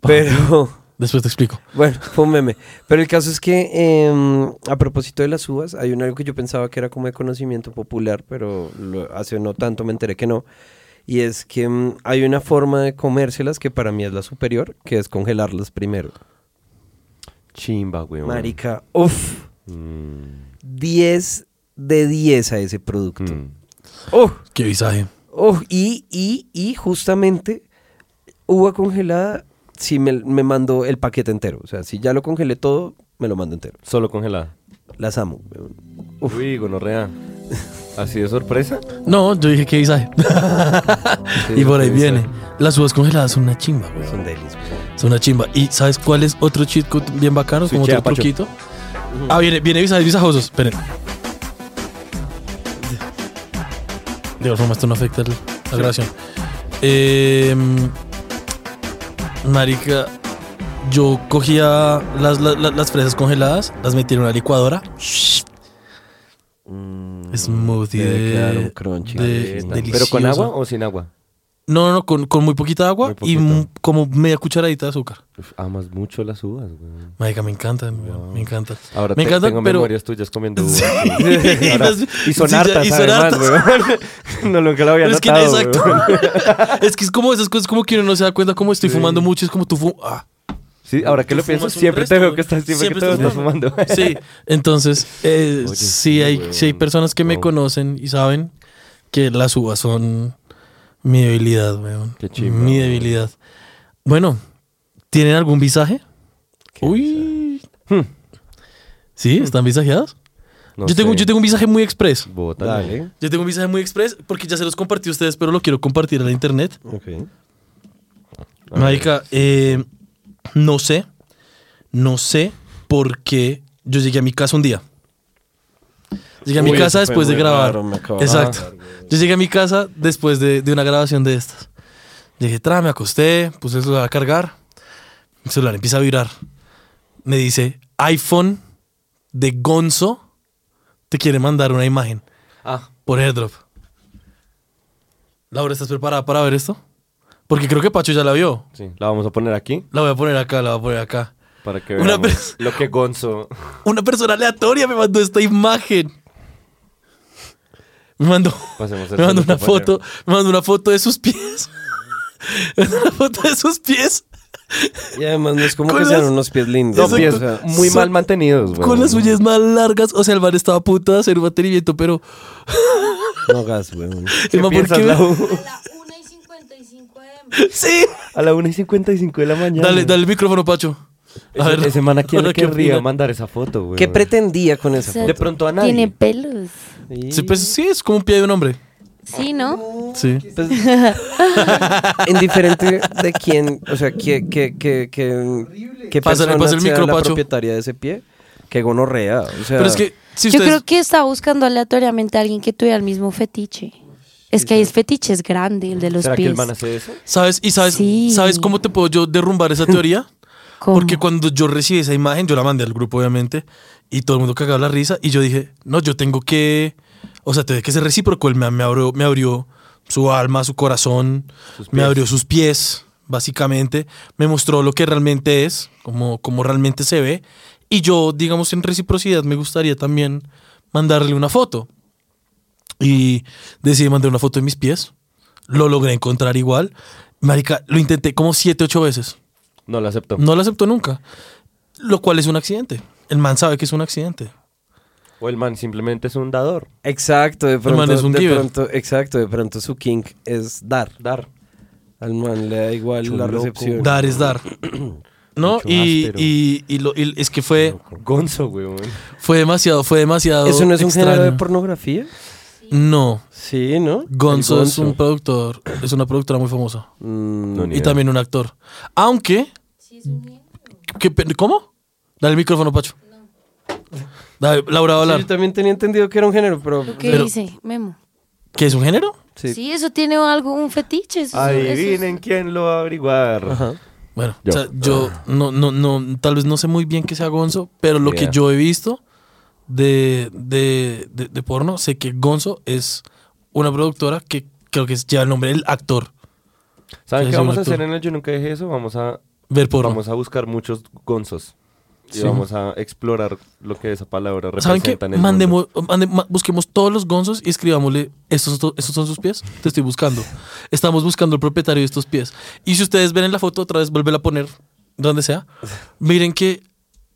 Pero. Después te explico. Bueno, fue un meme. Pero el caso es que, eh, a propósito de las uvas, hay un algo que yo pensaba que era como de conocimiento popular, pero lo- hace no tanto me enteré que no. Y es que mm, hay una forma de comérselas que para mí es la superior, que es congelarlas primero. Chimba, güey. Marica, uff, 10 de 10 a ese producto. Uf, Qué visaje. uf, Oh, y, y, y justamente uva congelada, si me, me mandó el paquete entero. O sea, si ya lo congelé todo, me lo mando entero. Solo congelada. Las amo. weón. Uf. Uy, gonorrea. ¿Así de sorpresa? No, yo dije qué visaje. y por ahí viene. Las uvas congeladas son una chimba, weón. Son pues. delis. weón. Es una chimba. ¿Y sabes cuál es otro cheat code bien bacano? Como Switchea, otro Pacho. truquito. Ah, viene, viene visajes visajosos. Esperen. De igual forma, esto no afecta el- la grabación. Em, marica, yo cogía las, la- la- las fresas congeladas, las metí en una licuadora. Smoothie debe de, quedar un crunchy de- delicioso. Eh, ¿Pero con deliciosa. agua o sin agua? No, no, no, con, con muy poquita agua Muy y poquito. mu- como media cucharadita de azúcar. Uf, amas mucho las uvas, güey. Marica, me encanta, me- me encanta. Ahora me te- encanta, tengo pero memorias tuyas comiendo uvas. Sí. güey. Ahora- y son Sí, ya- hartas, y son además, güey. No, nunca lo había pero es que notado, güey. exacto. es que es como esas cosas como que uno no se da cuenta como estoy fumando mucho, es como tú ah, fumas. Sí, ahora que lo pienso, siempre te veo que estás, siempre que te estás fumando. Sí, entonces eh, Oye, sí, sí, hay weón. sí hay personas que me No. conocen y saben que las uvas son mi debilidad, weón. Qué chimba, Mi weón. debilidad. Bueno, ¿tienen algún visaje? Uy. Hmm. Sí, están visajeados. No yo tengo sé. yo tengo un visaje muy express. Bogotá, no. Dale. Yo tengo un visaje muy express porque ya se los compartí a ustedes, pero lo quiero compartir a la internet. Ok. Marica, eh, no sé, no sé por qué yo llegué a mi casa un día. Llegué a mi Uy, casa eso fue después de muy grabar. raro, me acabo de Exacto. Yo llegué a mi casa después de, de una grabación de estas. Llegué, tra, me acosté, puse el celular a cargar. Mi celular empieza a vibrar. Me dice, iPhone de Gonzo te quiere mandar una imagen Ah, por airdrop. Laura, ¿estás preparada para ver esto? Porque creo que Pacho ya la vio. sí. La vamos a poner aquí La voy a poner acá, la voy a poner acá. para que Una veamos pers- lo que Gonzo... Una persona aleatoria me mandó esta imagen. Me mandó, Pasemos al me mandó una segundo compañero. foto, me mandó una foto de sus pies. Me mandó una foto de sus pies Y además no es como Con que las- sean unos pies lindos. Exacto. ¿no? Pies O sea, muy son- mal mantenidos, güey. con las uñas más largas. O sea, el man estaba a punto de hacer un mantenimiento, pero no gas, weón. ¿Qué el man, piensas, me- Lau? Sí. A la 1 y 55 de la mañana. Dale, dale el micrófono, Pacho. Ese, ese man a quién ahora le qué querría opina. mandar esa foto, güey. ¿Qué pretendía con esa De foto? pronto a nadie. Tiene pelos. Sí. Sí, pues sí, es como un pie de un hombre. Sí, ¿no? Sí. Pues, indiferente de quién, o sea, que, que, que, que, que Pásale- persona pásale el sea micro, la Pacho. propietaria de ese pie, que gonorrea. O sea, Pero es que, si Yo ustedes. creo que estaba buscando aleatoriamente a alguien que tuviera el mismo fetiche. Es que ahí el fetiche es grande, el de los ¿Será que el pies. man hace eso? ¿Sabes? ¿Y sabes, Sí. sabes cómo te puedo yo derrumbar esa teoría? ¿Cómo? Porque cuando yo recibí esa imagen, yo la mandé al grupo, obviamente, y todo el mundo cagaba la risa. Y yo dije, no, yo tengo que. O sea, tengo que ser recíproco. Él me, me abrió, me abrió su alma, su corazón, me abrió sus pies, básicamente. Me mostró lo que realmente es, como, como realmente se ve. Y yo, digamos, en reciprocidad, me gustaría también mandarle una foto. Y decidí mandar una foto de mis pies. Lo logré encontrar igual. Marica, lo intenté como siete, ocho veces. No lo aceptó. No lo aceptó nunca. Lo cual es un accidente. El man sabe que es un accidente. O el man simplemente es un dador. Exacto, de man pronto, es un de giver. pronto, exacto, de pronto su kink es dar. Dar. Al man le da igual Mucho la loco. recepción. Dar es dar. ¿No? Mucho Y, áspero. y- y lo- y es que fue, Gonzo, weón. fue demasiado, fue demasiado. ¿Eso no es un género de extraño. pornografía? No. Sí, ¿no? Gonzo, El es un productor, es una productora muy famosa. Mm, No, ni Y idea. también un actor. Aunque. ¿Qué pe- ¿Cómo? Dale el micrófono, Pacho. Dale, Laura va a sí, hablar. yo también tenía entendido que era un género, pero... ¿Tú ¿Qué Pero- dice, Memo? ¿Qué es un género? Sí. Sí. eso tiene algo, un fetiche. eso- eso es- Adivinen quién lo va a averiguar. Ajá. Bueno, Yo. o sea, yo no, no, no, tal vez no sé muy bien que sea Gonzo, pero lo Yeah. que yo he visto de, de, de- de porno, sé que Gonzo es una productora que creo que lleva el nombre del actor. ¿Saben Sí, qué es un vamos a actor. hacer en el Yo Nunca Dije Eso? Vamos a, Ver porno. vamos a buscar muchos gonzos. Y Sí. vamos a explorar lo que esa palabra representa ¿Saben qué? en el mundo. Mandemos, mande- ma- busquemos todos los gonzos y escribámosle, estos, son to- estos son sus pies, te estoy buscando. Estamos buscando el propietario de estos pies. Y si ustedes ven en la foto, otra vez vuelven a poner donde sea, miren que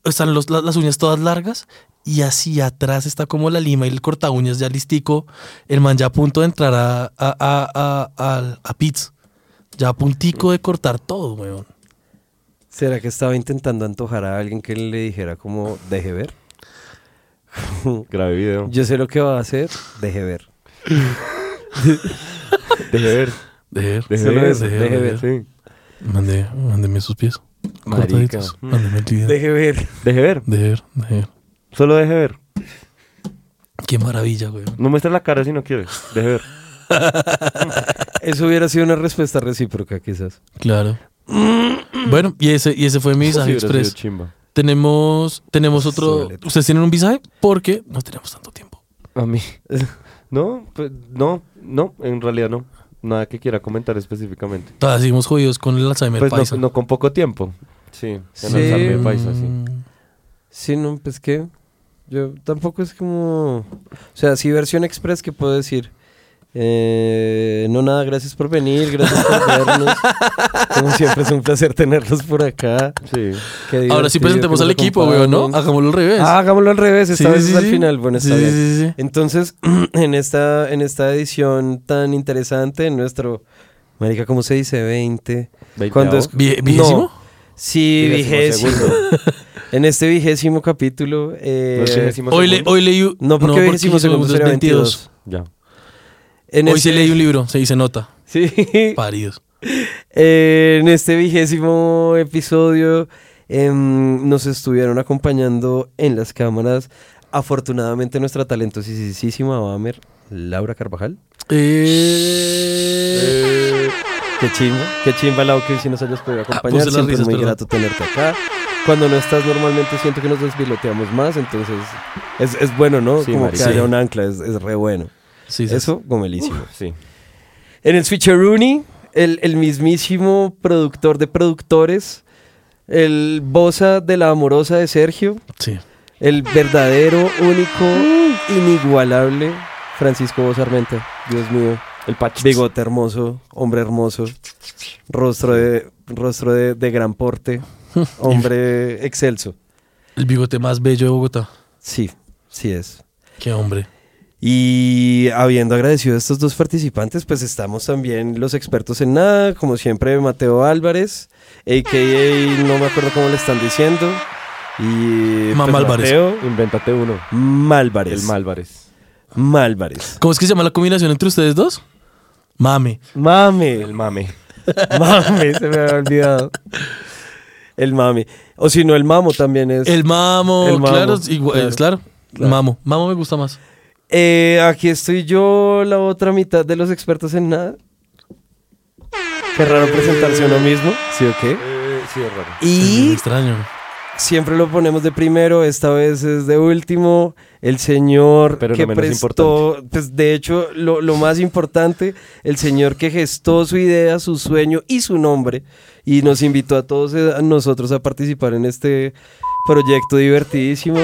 están los- la- las uñas todas largas y hacia atrás está como la lima y el corta uñas ya listico, el man ya a punto de entrar a, a, a, a, al- a Pits, ya a puntico de cortar todo, weón. ¿Será que estaba intentando antojar a alguien que le dijera como, deje ver? Grave video. Yo sé lo que va a hacer, deje ver. Deje ver. Deje ver, Deje Solo ver. eso, deje deje ver. ver. Sí. Mande- mándeme sus pies. Marica. Cortaditos, mándeme el video. Deje ver. Deje ver. De ver, de ver. Solo deje ver. Qué maravilla, güey. No muestres la cara si no quieres. Deje ver. Eso hubiera sido una respuesta recíproca, quizás. Claro. bueno, y ese, y ese fue mi visaje Sí, hubiera sido express. chimba. Tenemos, tenemos otro. Súbele. ¿Ustedes tienen un visaje? Porque no tenemos tanto tiempo. A mí. No, pues, no, no, en realidad no. Nada que quiera comentar específicamente. Todavía seguimos jodidos con el Alzheimer Pues paisa. no, no con poco tiempo. Sí, en Sí. el Alzheimer paisa, sí. Sí, no, pues que yo tampoco es como... O sea, sí, versión express que puedo decir. Eh, no nada, gracias por venir, gracias por vernos. Como siempre es un placer tenerlos por acá. Sí. Qué Ahora sí divertido presentemos que al nos equipo, güey, ¿no? acompañen. Hagámoslo al revés. Ah, hagámoslo al revés, esta Sí, vez sí, es al sí. final. Bueno, está Sí, bien. sí, sí, sí. Entonces, en esta, en esta edición tan interesante, en nuestro. Marica, ¿cómo se dice? 20. ¿Cuándo es? ¿Vie- vigésimo? Sí, vigésimo. Vigésimo segundo. en este vigésimo capítulo. eh, No es vigésimo Hoy, le, segundo. hoy leí. un- no, porque vigésimo segundo es sería 22. Ya. En Hoy este- sí leí un libro, se dice nota. Sí. Paridos. Eh, en este vigésimo episodio em, nos estuvieron acompañando en las cámaras, afortunadamente nuestra talentosísima Bamer, Laura Carvajal. Eh... Qué chimba, qué chimba Lau que si nos hayas podido acompañar, puse las siempre risas, es muy perdón. grato tenerte acá. Cuando no estás normalmente siento que nos desviloteamos más, entonces es, es bueno, ¿no? Sí, Como marica. que haya Sí. un ancla, es, es re bueno. Sí, sí. Eso, gomelísimo. Sí. En el Switcheroony, el, el mismísimo productor de productores, el bosa de la amorosa de Sergio, Sí. el verdadero, único, inigualable Francisco Bosa Armenta. Dios mío. El Pacho. Bigote hermoso, hombre hermoso, rostro de, rostro de, de gran porte, hombre excelso. El bigote más bello de Bogotá. Sí, sí es. Qué hombre. Y habiendo agradecido a estos dos participantes, pues estamos también los expertos en nada, como siempre Mateo Álvarez, a.k.a. no me acuerdo cómo le están diciendo, y Mam Álvarez. Mateo Invéntate uno. Málvarez. El Málvarez. Málvarez. ¿Cómo es que se llama la combinación entre ustedes dos? Mame. Mame. El mame. Mame, se me había olvidado. El mame. O si no, el mamo también es. El mamo, El mamo, claro, igual- eh, claro, claro. Mamo. Mamo me gusta más. Eh, aquí estoy yo, la otra mitad de los expertos en nada. Qué raro presentarse uno mismo, ¿sí o qué? Eh, sí, es raro. Es muy Y extraño. siempre lo ponemos de primero, esta vez es de último. El señor Pero no que menos prestó, pues de hecho, lo, lo más importante, el señor que gestó su idea, su sueño y su nombre, y nos invitó a todos eh, a nosotros a participar en este proyecto divertidísimo,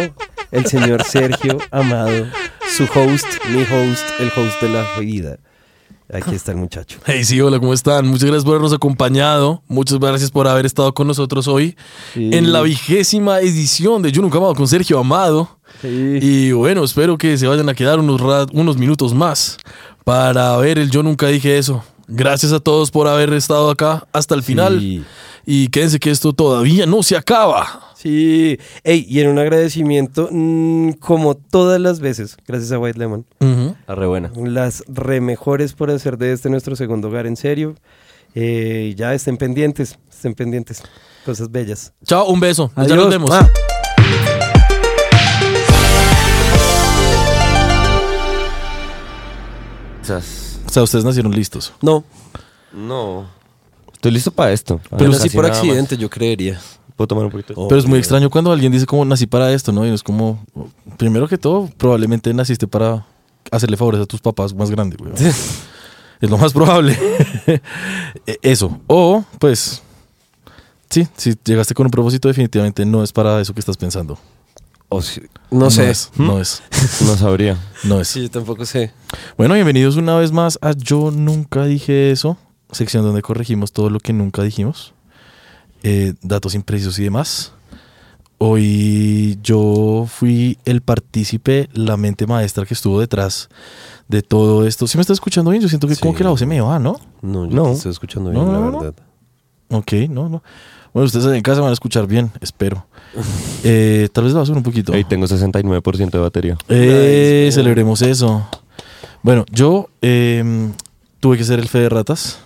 el señor Sergio Amado, su host, mi host, el host de la vida. Aquí está el muchacho. Hey, sí, hola, ¿cómo están? Muchas gracias por habernos acompañado. Muchas gracias por haber estado con nosotros hoy Sí. en la vigésima edición de Yo Nunca Amado con Sergio Amado. Y bueno, espero que se vayan a quedar unos, ra- unos minutos más para ver el Yo Nunca Dije Eso. Gracias a todos por haber estado acá hasta el final. Sí. Y quédense que esto todavía no se acaba. Sí, Ey, y en un agradecimiento, mm, como todas las veces, gracias a White Lemon, Ujú. La re buena. las re mejores por hacer de este nuestro segundo hogar, en serio. Eh, y ya estén pendientes, estén pendientes, cosas bellas. Chao, un beso. Ya Adiós. nos vemos. Ah. Esas- O sea, ustedes nacieron listos. No, No. Estoy listo para esto. pero Ah, Casi sí por nada más. accidente, yo creería. Puedo tomar un poquito. Oh, Pero es muy extraño cuando alguien dice como nací para esto, ¿no? Y es como, primero que todo, probablemente naciste para hacerle favores a tus papás más grandes, güey. es lo más probable. E- eso. O, pues, sí, si llegaste con un propósito, definitivamente no es para eso que estás pensando. O si- no, sé. es, no es. oh, No sabría. No es. Sí, yo tampoco sé. Bueno, bienvenidos una vez más a Yo Nunca Dije Eso, sección donde corregimos todo lo que nunca dijimos, eh, datos imprecisos y demás. Hoy yo fui el partícipe, la mente maestra que estuvo detrás de todo esto. ¿Sí me está escuchando bien? Yo siento que como Sí. que la voz se me va, ¿no? No, yo No. te estoy escuchando bien, No, no, la no. verdad. Ok, no, no. Bueno, ustedes en casa van a escuchar bien, espero. Eh, tal vez la va a subir un poquito. Ahí tengo 69% de batería. Eh, celebremos eso. Bueno, yo em, tuve que ser el fe de ratas.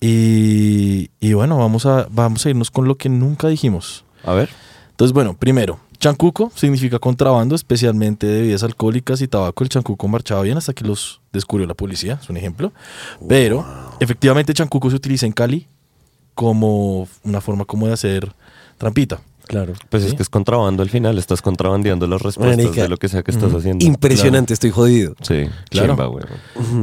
Y, y bueno, vamos a, vamos a irnos con lo que nunca dijimos. A ver. Entonces, bueno, primero, chancuco significa contrabando, especialmente de bebidas alcohólicas y tabaco. El chancuco marchaba bien hasta que los descubrió la policía, es un ejemplo. Pero, efectivamente, chancuco se utiliza en Cali como una forma como de hacer trampita. Claro. Pues es Sí. que es contrabando al final. Estás contrabandeando las respuestas Marica. Pues, Mm. de lo que sea que estás haciendo. Impresionante, estoy jodido. Sí, Claro. claro.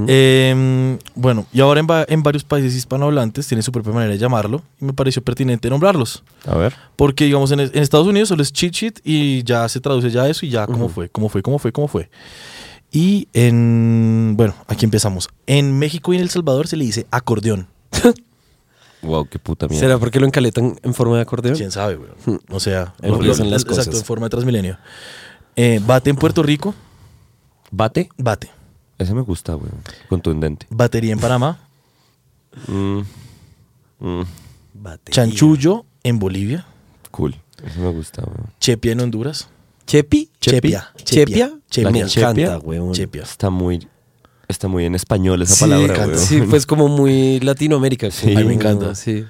Eh, bueno, y ahora en, va- en varios países hispanohablantes tienen su propia manera de llamarlo y me pareció pertinente nombrarlos. A ver. Porque, digamos, en, en Estados Unidos solo es cheat sheet y ya se traduce ya eso y ya cómo fue, cómo fue, cómo fue, cómo fue. Y en, bueno, aquí empezamos. En México y en El Salvador se le dice acordeón. Wow, qué puta mierda. ¿Será porque lo encaletan en forma de acordeón? ¿Quién sabe, güey? Hmm. O sea, Ahí empiezan las exacto, cosas. en forma de Transmilenio. Eh, bate en Puerto Rico, ¿Bate? bate. Ese me gusta, güey. Contundente. Batería en Panamá, Mm, mm, Bate. chanchullo en Bolivia, cool. Ese me gusta, güey. chepia en Honduras. Chepi. Chepia. Chepia. Chepia. Me La chepia. encanta, weón. Chepia. Está muy, está muy en español esa palabra, güey. Sí, pues como muy Latinoamérica. Sí. Ay, me encanta. Sí.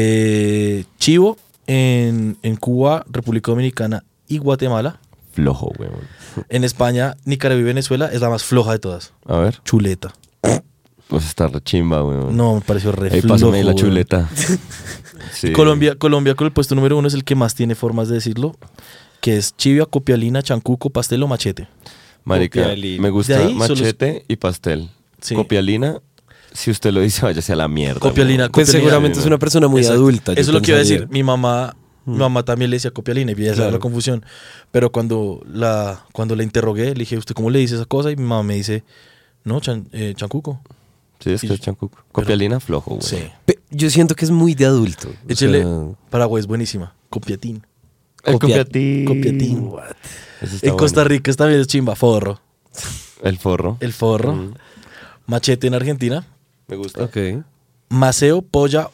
Eh, Chivo en, en Cuba, República Dominicana y Guatemala. Flojo, güey. En España, Nicaragua y Venezuela es la más floja de todas. A ver. Chuleta. Pues está re chimba, güey. No, me pareció re Ahí pásame flojo, la güey. chuleta. Sí. Colombia, Colombia con el puesto número uno es el que más tiene formas de decirlo. Que es chivia, copialina, chancuco, pastel o machete. Marica, Copialina. me De gusta ahí solo es- machete y pastel. Sí. Copialina, si usted lo dice, váyase a la mierda. Copialina, güey. co- Pues seguramente es una persona muy Exacto. adulta. yo Eso es lo que iba a decir. pensaría. Mi mamá, mi mamá también le decía copialina y esa era la Claro. confusión. Pero cuando la, cuando la interrogué, le dije, ¿usted cómo le dice esa cosa? Y mi mamá me dice, no, chan- eh, chancuco. Sí, es que es chancuco. Copialina flojo, güey. Sí. Pe- Yo siento que es muy de adulto. o Échele. sea, Paraguay es buenísima. Copiatín. El Copia- copiatín. Copiatín. Ese está En Costa bueno. Rica también es chimba. Forro. El forro. El forro. Mm. Machete en Argentina. Me gusta. Ok. Maceo, polla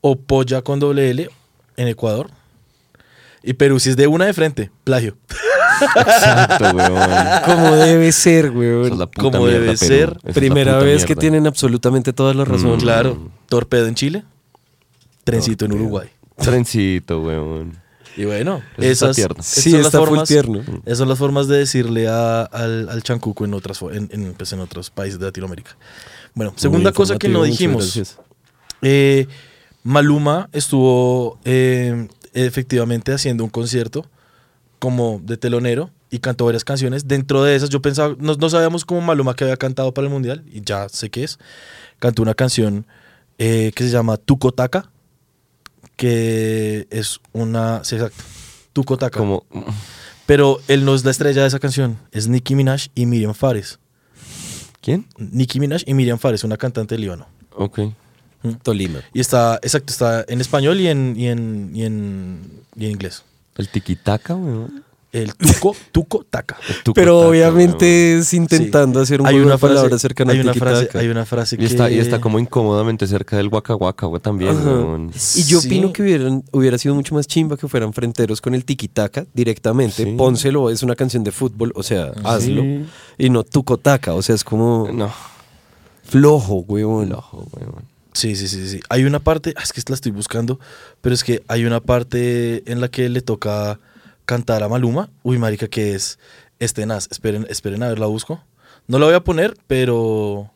o polla con doble L en Ecuador. Y Perú, si es de una de frente, plagio. Exacto, weón. Como debe ser, Esa es weón. la puta Como mierda, debe Perú. ser. Esa es la Primera puta vez que mierda. tienen absolutamente todas las razones. Mm, Claro. Torpedo en Chile. Trencito en Uruguay. Trencito, weón. Y bueno, pues Eso está esas, tierno. esas Sí, son las está full formas, tierno. Esas son las formas de decirle a- al, al chancuco en, otras, fo- en, en, pues, en otros países de Latinoamérica. Bueno, segunda Muy cosa que no informativo, muchas dijimos. gracias. Eh, Maluma estuvo eh, efectivamente haciendo un concierto como de telonero y cantó varias canciones. Dentro de esas, yo pensaba, no, no sabíamos cómo Maluma que había cantado para el mundial, y ya sé qué es. Cantó una canción eh, que se llama Tucotaca, que es una. Sí, exacto. Tucotaca. Como. Pero él no es la estrella de esa canción, es Nicki Minaj y Miriam Fares. ¿Quién? Nicki Minaj y Miriam Fares, una cantante de Líbano. Ok. Tolima. Y está, exacto, está en español y en, y en, y en, y en inglés. El tiquitaca, weón. El tuco, tuco, taca. El tuco Pero taca, obviamente es intentando hacer un juego de palabras cercana hay al una frase, tiki-taka. hay una frase Y está, que... y está como incómodamente cerca del Waka Waka, güey, también, Ajá. weón. Y yo Sí. opino que hubieran, hubiera sido mucho más chimba que fueran fronteros con el tiquitaca directamente. Sí. Pónselo, es una canción de fútbol, o sea, hazlo. Sí. Y no tucotaca, o sea, es como No, flojo, huevón. loco, weón. Sí, sí, sí, sí. Hay una parte, ah, es que la estoy buscando, pero es que hay una parte en la que le toca cantar a Maluma. Uy, marica, que es es tenaz. Esperen, esperen a ver, la busco. No la voy a poner, pero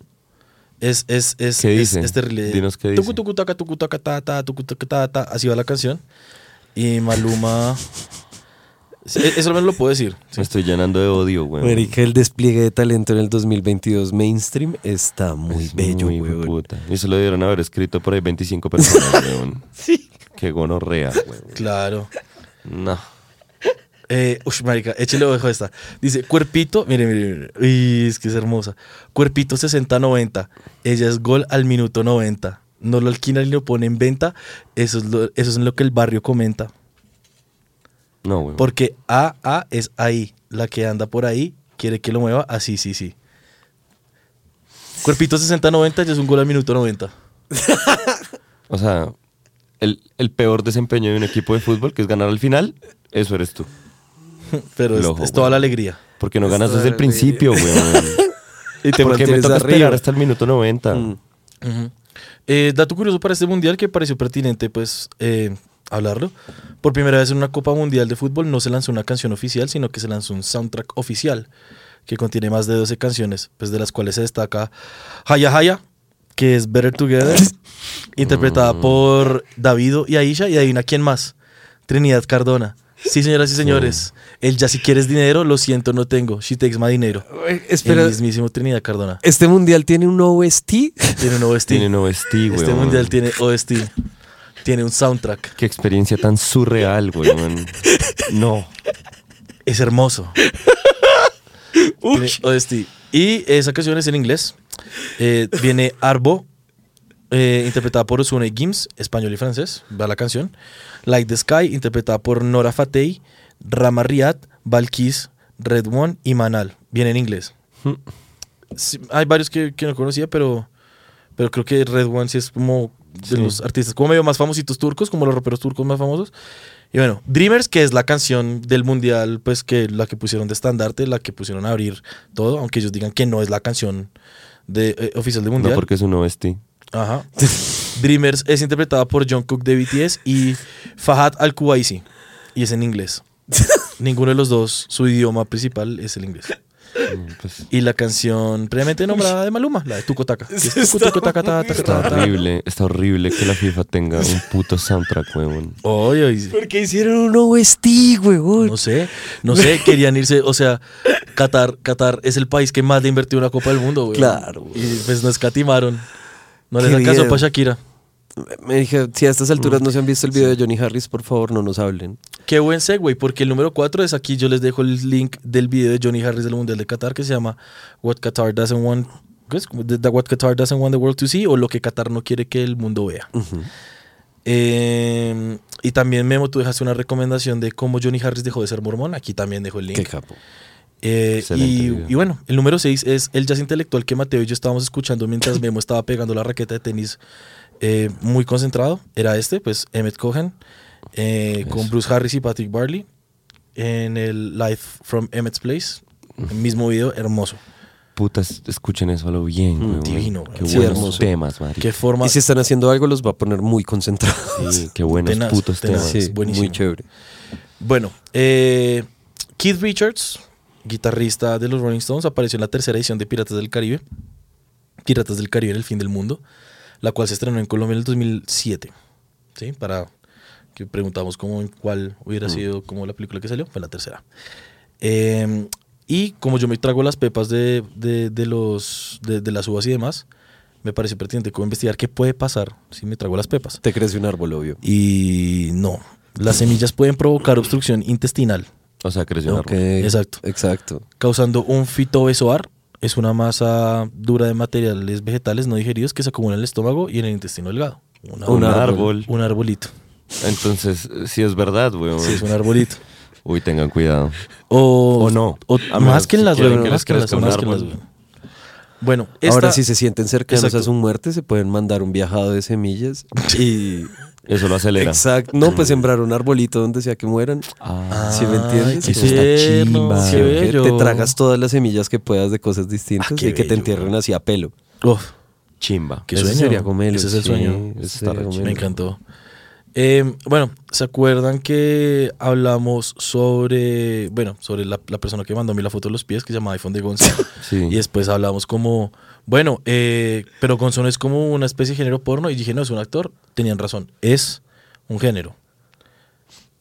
es, es, es, ¿Qué es- dice? es terrible. Dinos qué Tucu, dice. tucu, taca, tucu, taca, ta, ta, tucu, taca, ta, ta. Así va la canción. Y Maluma... Sí, Eso al menos lo puedo decir. Me estoy llenando de odio, weón. Marica, el despliegue de talento en el 2022 mainstream está muy Es bello, muy huevón. puta. Y se lo dieron haber escrito por ahí 25 personas, weón. sí. Qué gonorrea, weón. Claro. No. Eh, ush, marica, échale ojo a esta. Dice, cuerpito, mire, mire, mire. Uy, es que es hermosa. Cuerpito 60-90. Ella es gol al minuto 90. No lo alquilan y lo pone en venta. Eso es lo, eso es lo que el barrio comenta. No, weón. Porque AA es ahí. La que anda por ahí quiere que lo mueva. Así, sí, sí. Cuerpito 60-90, ella es un gol al minuto 90. O sea, el, el peor desempeño de un equipo de fútbol, que es ganar al final, eso eres tú. Pero es, Loco, es toda weón. la alegría. Porque no ganas Esto desde el era principio, weón. Y te Porque me mantienes toca arriba. esperar hasta el minuto 90. Mm, Ujú. Eh, dato curioso para este mundial que pareció pertinente, pues, eh, hablarlo. Por primera vez en una Copa Mundial de Fútbol no se lanzó una canción oficial, sino que se lanzó un soundtrack oficial que contiene más de 12 canciones, pues de las cuales se destaca Haya Haya, que es Better Together, interpretada por Davido y Aisha, y adivina quién más, Trinidad Cardona. Sí, señoras y señores, el ya si quieres dinero, lo siento, no tengo, she takes my dinero. Uy, El Espera, mismísimo Trinidad Cardona. ¿este mundial tiene un OST? Tiene un OST. Tiene no vestido, weón. Este mundial tiene OST. Tiene un soundtrack. Qué experiencia tan surreal, weón. No. Es hermoso. Tiene OST. Y esa canción es en inglés. Eh, viene Arbo, eh, interpretada por Osune Gims, español y francés. Va la canción. Like the Sky, interpretada por Nora Fatei, Rama Riad, Valkis, Red One y Manal. Viene en inglés. Sí, hay varios que, que no conocía, pero, pero creo que Red One sí es como de Sí. los artistas como medio más famositos turcos, como los raperos turcos más famosos. Y bueno, Dreamers, que es la canción del mundial, pues que la que pusieron de estandarte, la que pusieron a abrir todo, aunque ellos digan que no es la canción de, eh, oficial del mundial. No porque es un OST. Ajá. Dreamers es interpretada por John Cook de BTS y Fahad Al-Kuwaisi. Y es en inglés. Ninguno de los dos, su idioma principal es el inglés. Mm, Pues, Y la canción previamente nombrada de Maluma, la de Tucotaca. que es tucu, tucu, taca, ta, taca, está ta, ta. horrible, está horrible que la FIFA tenga un puto soundtrack, weón. Oye, oye, Porque hicieron un OST, huevón. no sé, no sé, querían irse, o sea, Qatar, Qatar es el país que más le invirtió en la Copa del Mundo, güey. Claro, güey. Y pues nos escatimaron. No les Qué dan caso bien. para Shakira. Me dije, si a estas Mm. alturas no se han visto el video de Johnny Harris, por favor, no nos hablen. Qué buen segue, porque el número 4 es aquí. Yo les dejo el link del video de Johnny Harris del Mundial de Qatar que se llama What Qatar Doesn't Want. ¿qué es? Como The, the What Qatar Doesn't Want the World to See o lo que Qatar no quiere que el mundo vea. Eh, y también, Memo, tú dejaste una recomendación de cómo Johnny Harris dejó de ser mormón. Aquí también dejo el link. Qué capo. Eh, Excelente y, video. y bueno, el número 6 es el jazz intelectual que Mateo y yo estábamos escuchando mientras Memo estaba pegando la raqueta de tenis eh, muy concentrado. Era este, pues Emmett Cohen eh, con Bruce Harris y Patrick Barley. en el live from Emmett's Place. El mismo video, hermoso. Putas, escuchen eso a lo bien, weón. Mm, divino, Qué weón. Sí, buenos hermoso. temas, marica. Qué forma. Y si están haciendo algo, los va a poner muy concentrados. Sí, qué buenos Tenaz, putos tenaz. temas. Sí. buenísimo. este muy chévere. Bueno, eh, Keith Richards, guitarrista de los Rolling Stones, apareció en la tercera edición de Piratas del Caribe. Piratas del Caribe en el fin del mundo, la cual se estrenó en Colombia en el 2007. ¿Sí? Para que preguntamos cómo, cuál hubiera sido como la película que salió, fue la tercera. Eh, y como yo me trago las pepas de, de- de los, de, de las uvas y demás, me parece pertinente como investigar qué puede pasar si me trago las pepas. Te crece un árbol, obvio. Y no, las semillas pueden provocar obstrucción intestinal. O sea, creció un Ok. árbol. Exacto. Exacto. causando un fitobesoar. Es una masa dura de materiales vegetales no digeridos que se acumula en el estómago y en el intestino delgado. Una- Un Un árbol. un arbolito. Entonces, sí es verdad, weón. Sí, es un arbolito. Uy, tengan cuidado. O, O no. o- A más menos que en si las quieren huevas, que más les que en las crezca un más que en las árbol. huevas. Bueno, esta- Ahora, si se sienten cercanos Exacto. a su muerte, se pueden mandar un viajado de semillas y... Eso lo acelera. Exacto. No, pues sembrar un arbolito donde sea que mueran. Ah, Ah, ¿Sí me entiendes? qué Eso está tierno, chimba. qué Sí, Que bello. te tragas todas las semillas que puedas de cosas distintas Ah, y qué que te bello. entierren así a pelo. Uf, chimba. qué Ese sueño. sería gomelo, Ese es el sí, sueño. ese Está sería re gomelo. Me encantó. Eh, bueno, ¿se acuerdan que hablamos sobre, bueno, sobre la, la persona que mandó a mí la foto de los pies, que se llama iPhone de Gonzalo? Sí. Y después hablamos como, bueno, eh, pero Gonzalo es como una especie de género porno. Y dije, no, es un actor. Tenían razón, es un género.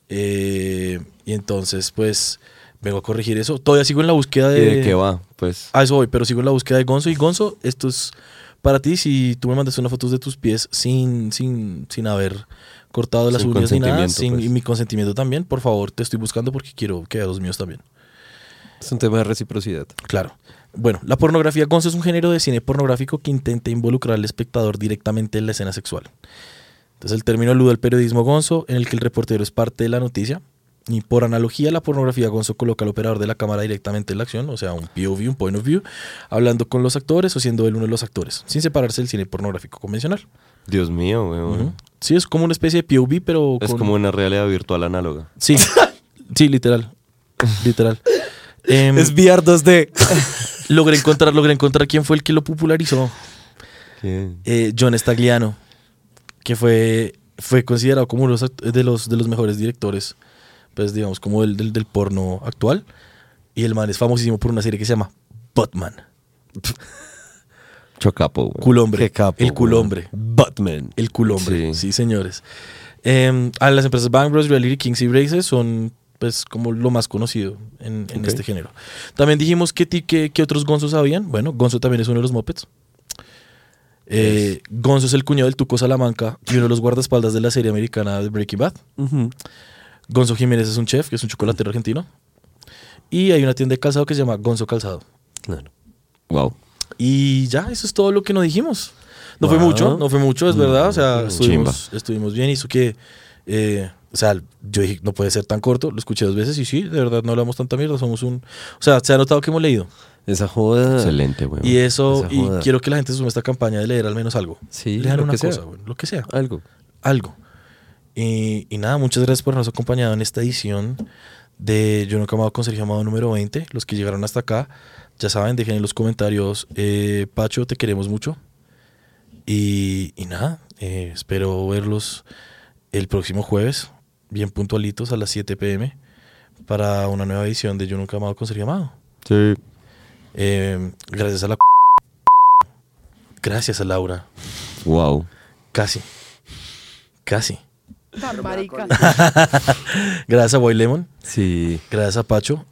Eh, y entonces, pues, vengo a corregir eso. Todavía sigo en la búsqueda ¿Y de... de qué va? Pues. A eso voy, pero sigo en la búsqueda de Gonzo. Y Gonzo, esto es para ti. Si tú me mandas unas fotos de tus pies sin, sin, sin haber cortado las Sin uñas ni nada, consentimiento, sin pues. y mi consentimiento también, por favor, te estoy buscando porque quiero que veas los míos también. Es un tema de reciprocidad. Claro. Bueno, la pornografía Gonzo es un género de cine pornográfico que intenta involucrar al espectador directamente en la escena sexual. Entonces el término alude al periodismo Gonzo, en el que el reportero es parte de la noticia. Y por analogía, la pornografía Gonzo coloca al operador de la cámara directamente en la acción, o sea, un POV, un point of view, hablando con los actores o siendo él uno de los actores, sin separarse del cine pornográfico convencional. Dios mío, weón. Ujú. Sí, es como una especie de POV, pero... Es con- como una realidad virtual análoga. Sí, sí, literal. Literal. Em, Es VR 2D. logré encontrar, logré encontrar quién fue el que lo popularizó. eh, John Stagliano, que fue, fue considerado como uno de los act- de los, de los mejores directores, pues digamos, como el del, del porno actual. Y el man es famosísimo por una serie que se llama Batman, Chocapo, weón. Culombre. Qué capo, el Culombre. Batman. El Culombre. Sí, Sí. señores. Eh, a las empresas Bang Bros, Reality Kings y Braces son pues como lo más conocido en, en Ok. este género. También dijimos que, ti- que, que otros Gonzos sabían. Bueno, Gonzo también es uno de los Muppets. Eh, Gonzo es el cuñado del Tuco Salamanca y uno de los guardaespaldas de la serie americana de Breaking Bad. Ujú. Gonzo Jiménez es un chef, que es un chocolatero argentino. Y hay una tienda de calzado que se llama Gonzo Calzado. Claro. Wow. Y ya, eso es todo lo que nos dijimos. No fue Wow. mucho, no fue mucho, es verdad. O sea, Mm, estuvimos, estuvimos bien. Hizo que, eh, o sea, yo dije, no puede ser tan corto. Lo escuché dos veces y sí, de verdad, no hablamos tanta mierda. Somos un. O sea, se ha notado que hemos leído. Esa joda. Excelente, weón. Y eso, esa y joda. quiero que la gente se sume a esta campaña de leer al menos algo. pues Sí, leer lo una que sea. cosa, güey, lo que sea, Algo. algo. Y, y nada, muchas gracias por habernos acompañado en esta edición de Yo Nunca Amado con Sergio Amado número 20. Los que llegaron hasta acá, ya saben, dejen en los comentarios. eh, Pacho, te queremos mucho. Y, y nada, eh, espero verlos el próximo jueves, bien puntualitos a las 7 pm, para una nueva edición de Yo Nunca Amado con Sergio Amado. Sí. Eh, gracias a la... Gracias a Laura. Wow. Casi. Casi. Tan marica. Gracias a Boy Lemon. Sí. Gracias a Pacho.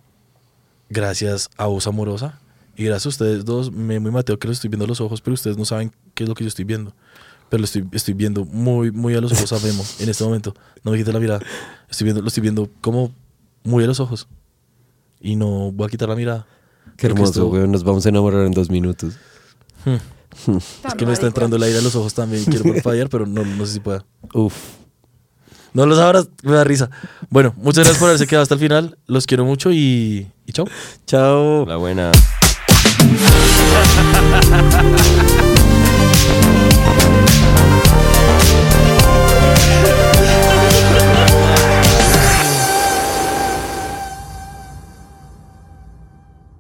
Gracias a Voz Amorosa. Y gracias a ustedes dos, Memo y Mateo, que los estoy viendo a los ojos, pero ustedes no saben qué es lo que yo estoy viendo. Pero lo estoy, estoy viendo muy, muy a los ojos a Memo en este momento. No me quite la mirada. Estoy viendo, lo estoy viendo como muy a los ojos. Y no voy a quitar la mirada. Qué Creo que hermoso, esto- weón. Nos vamos a enamorar en dos minutos. Es que no está entrando el aire a los ojos también. Quiero volver a fallar, pero no, no sé si pueda. Uf. No los abras, me da risa. Bueno, muchas gracias por haberse quedado hasta el final. Los quiero mucho y, y chao. Chao. La buena.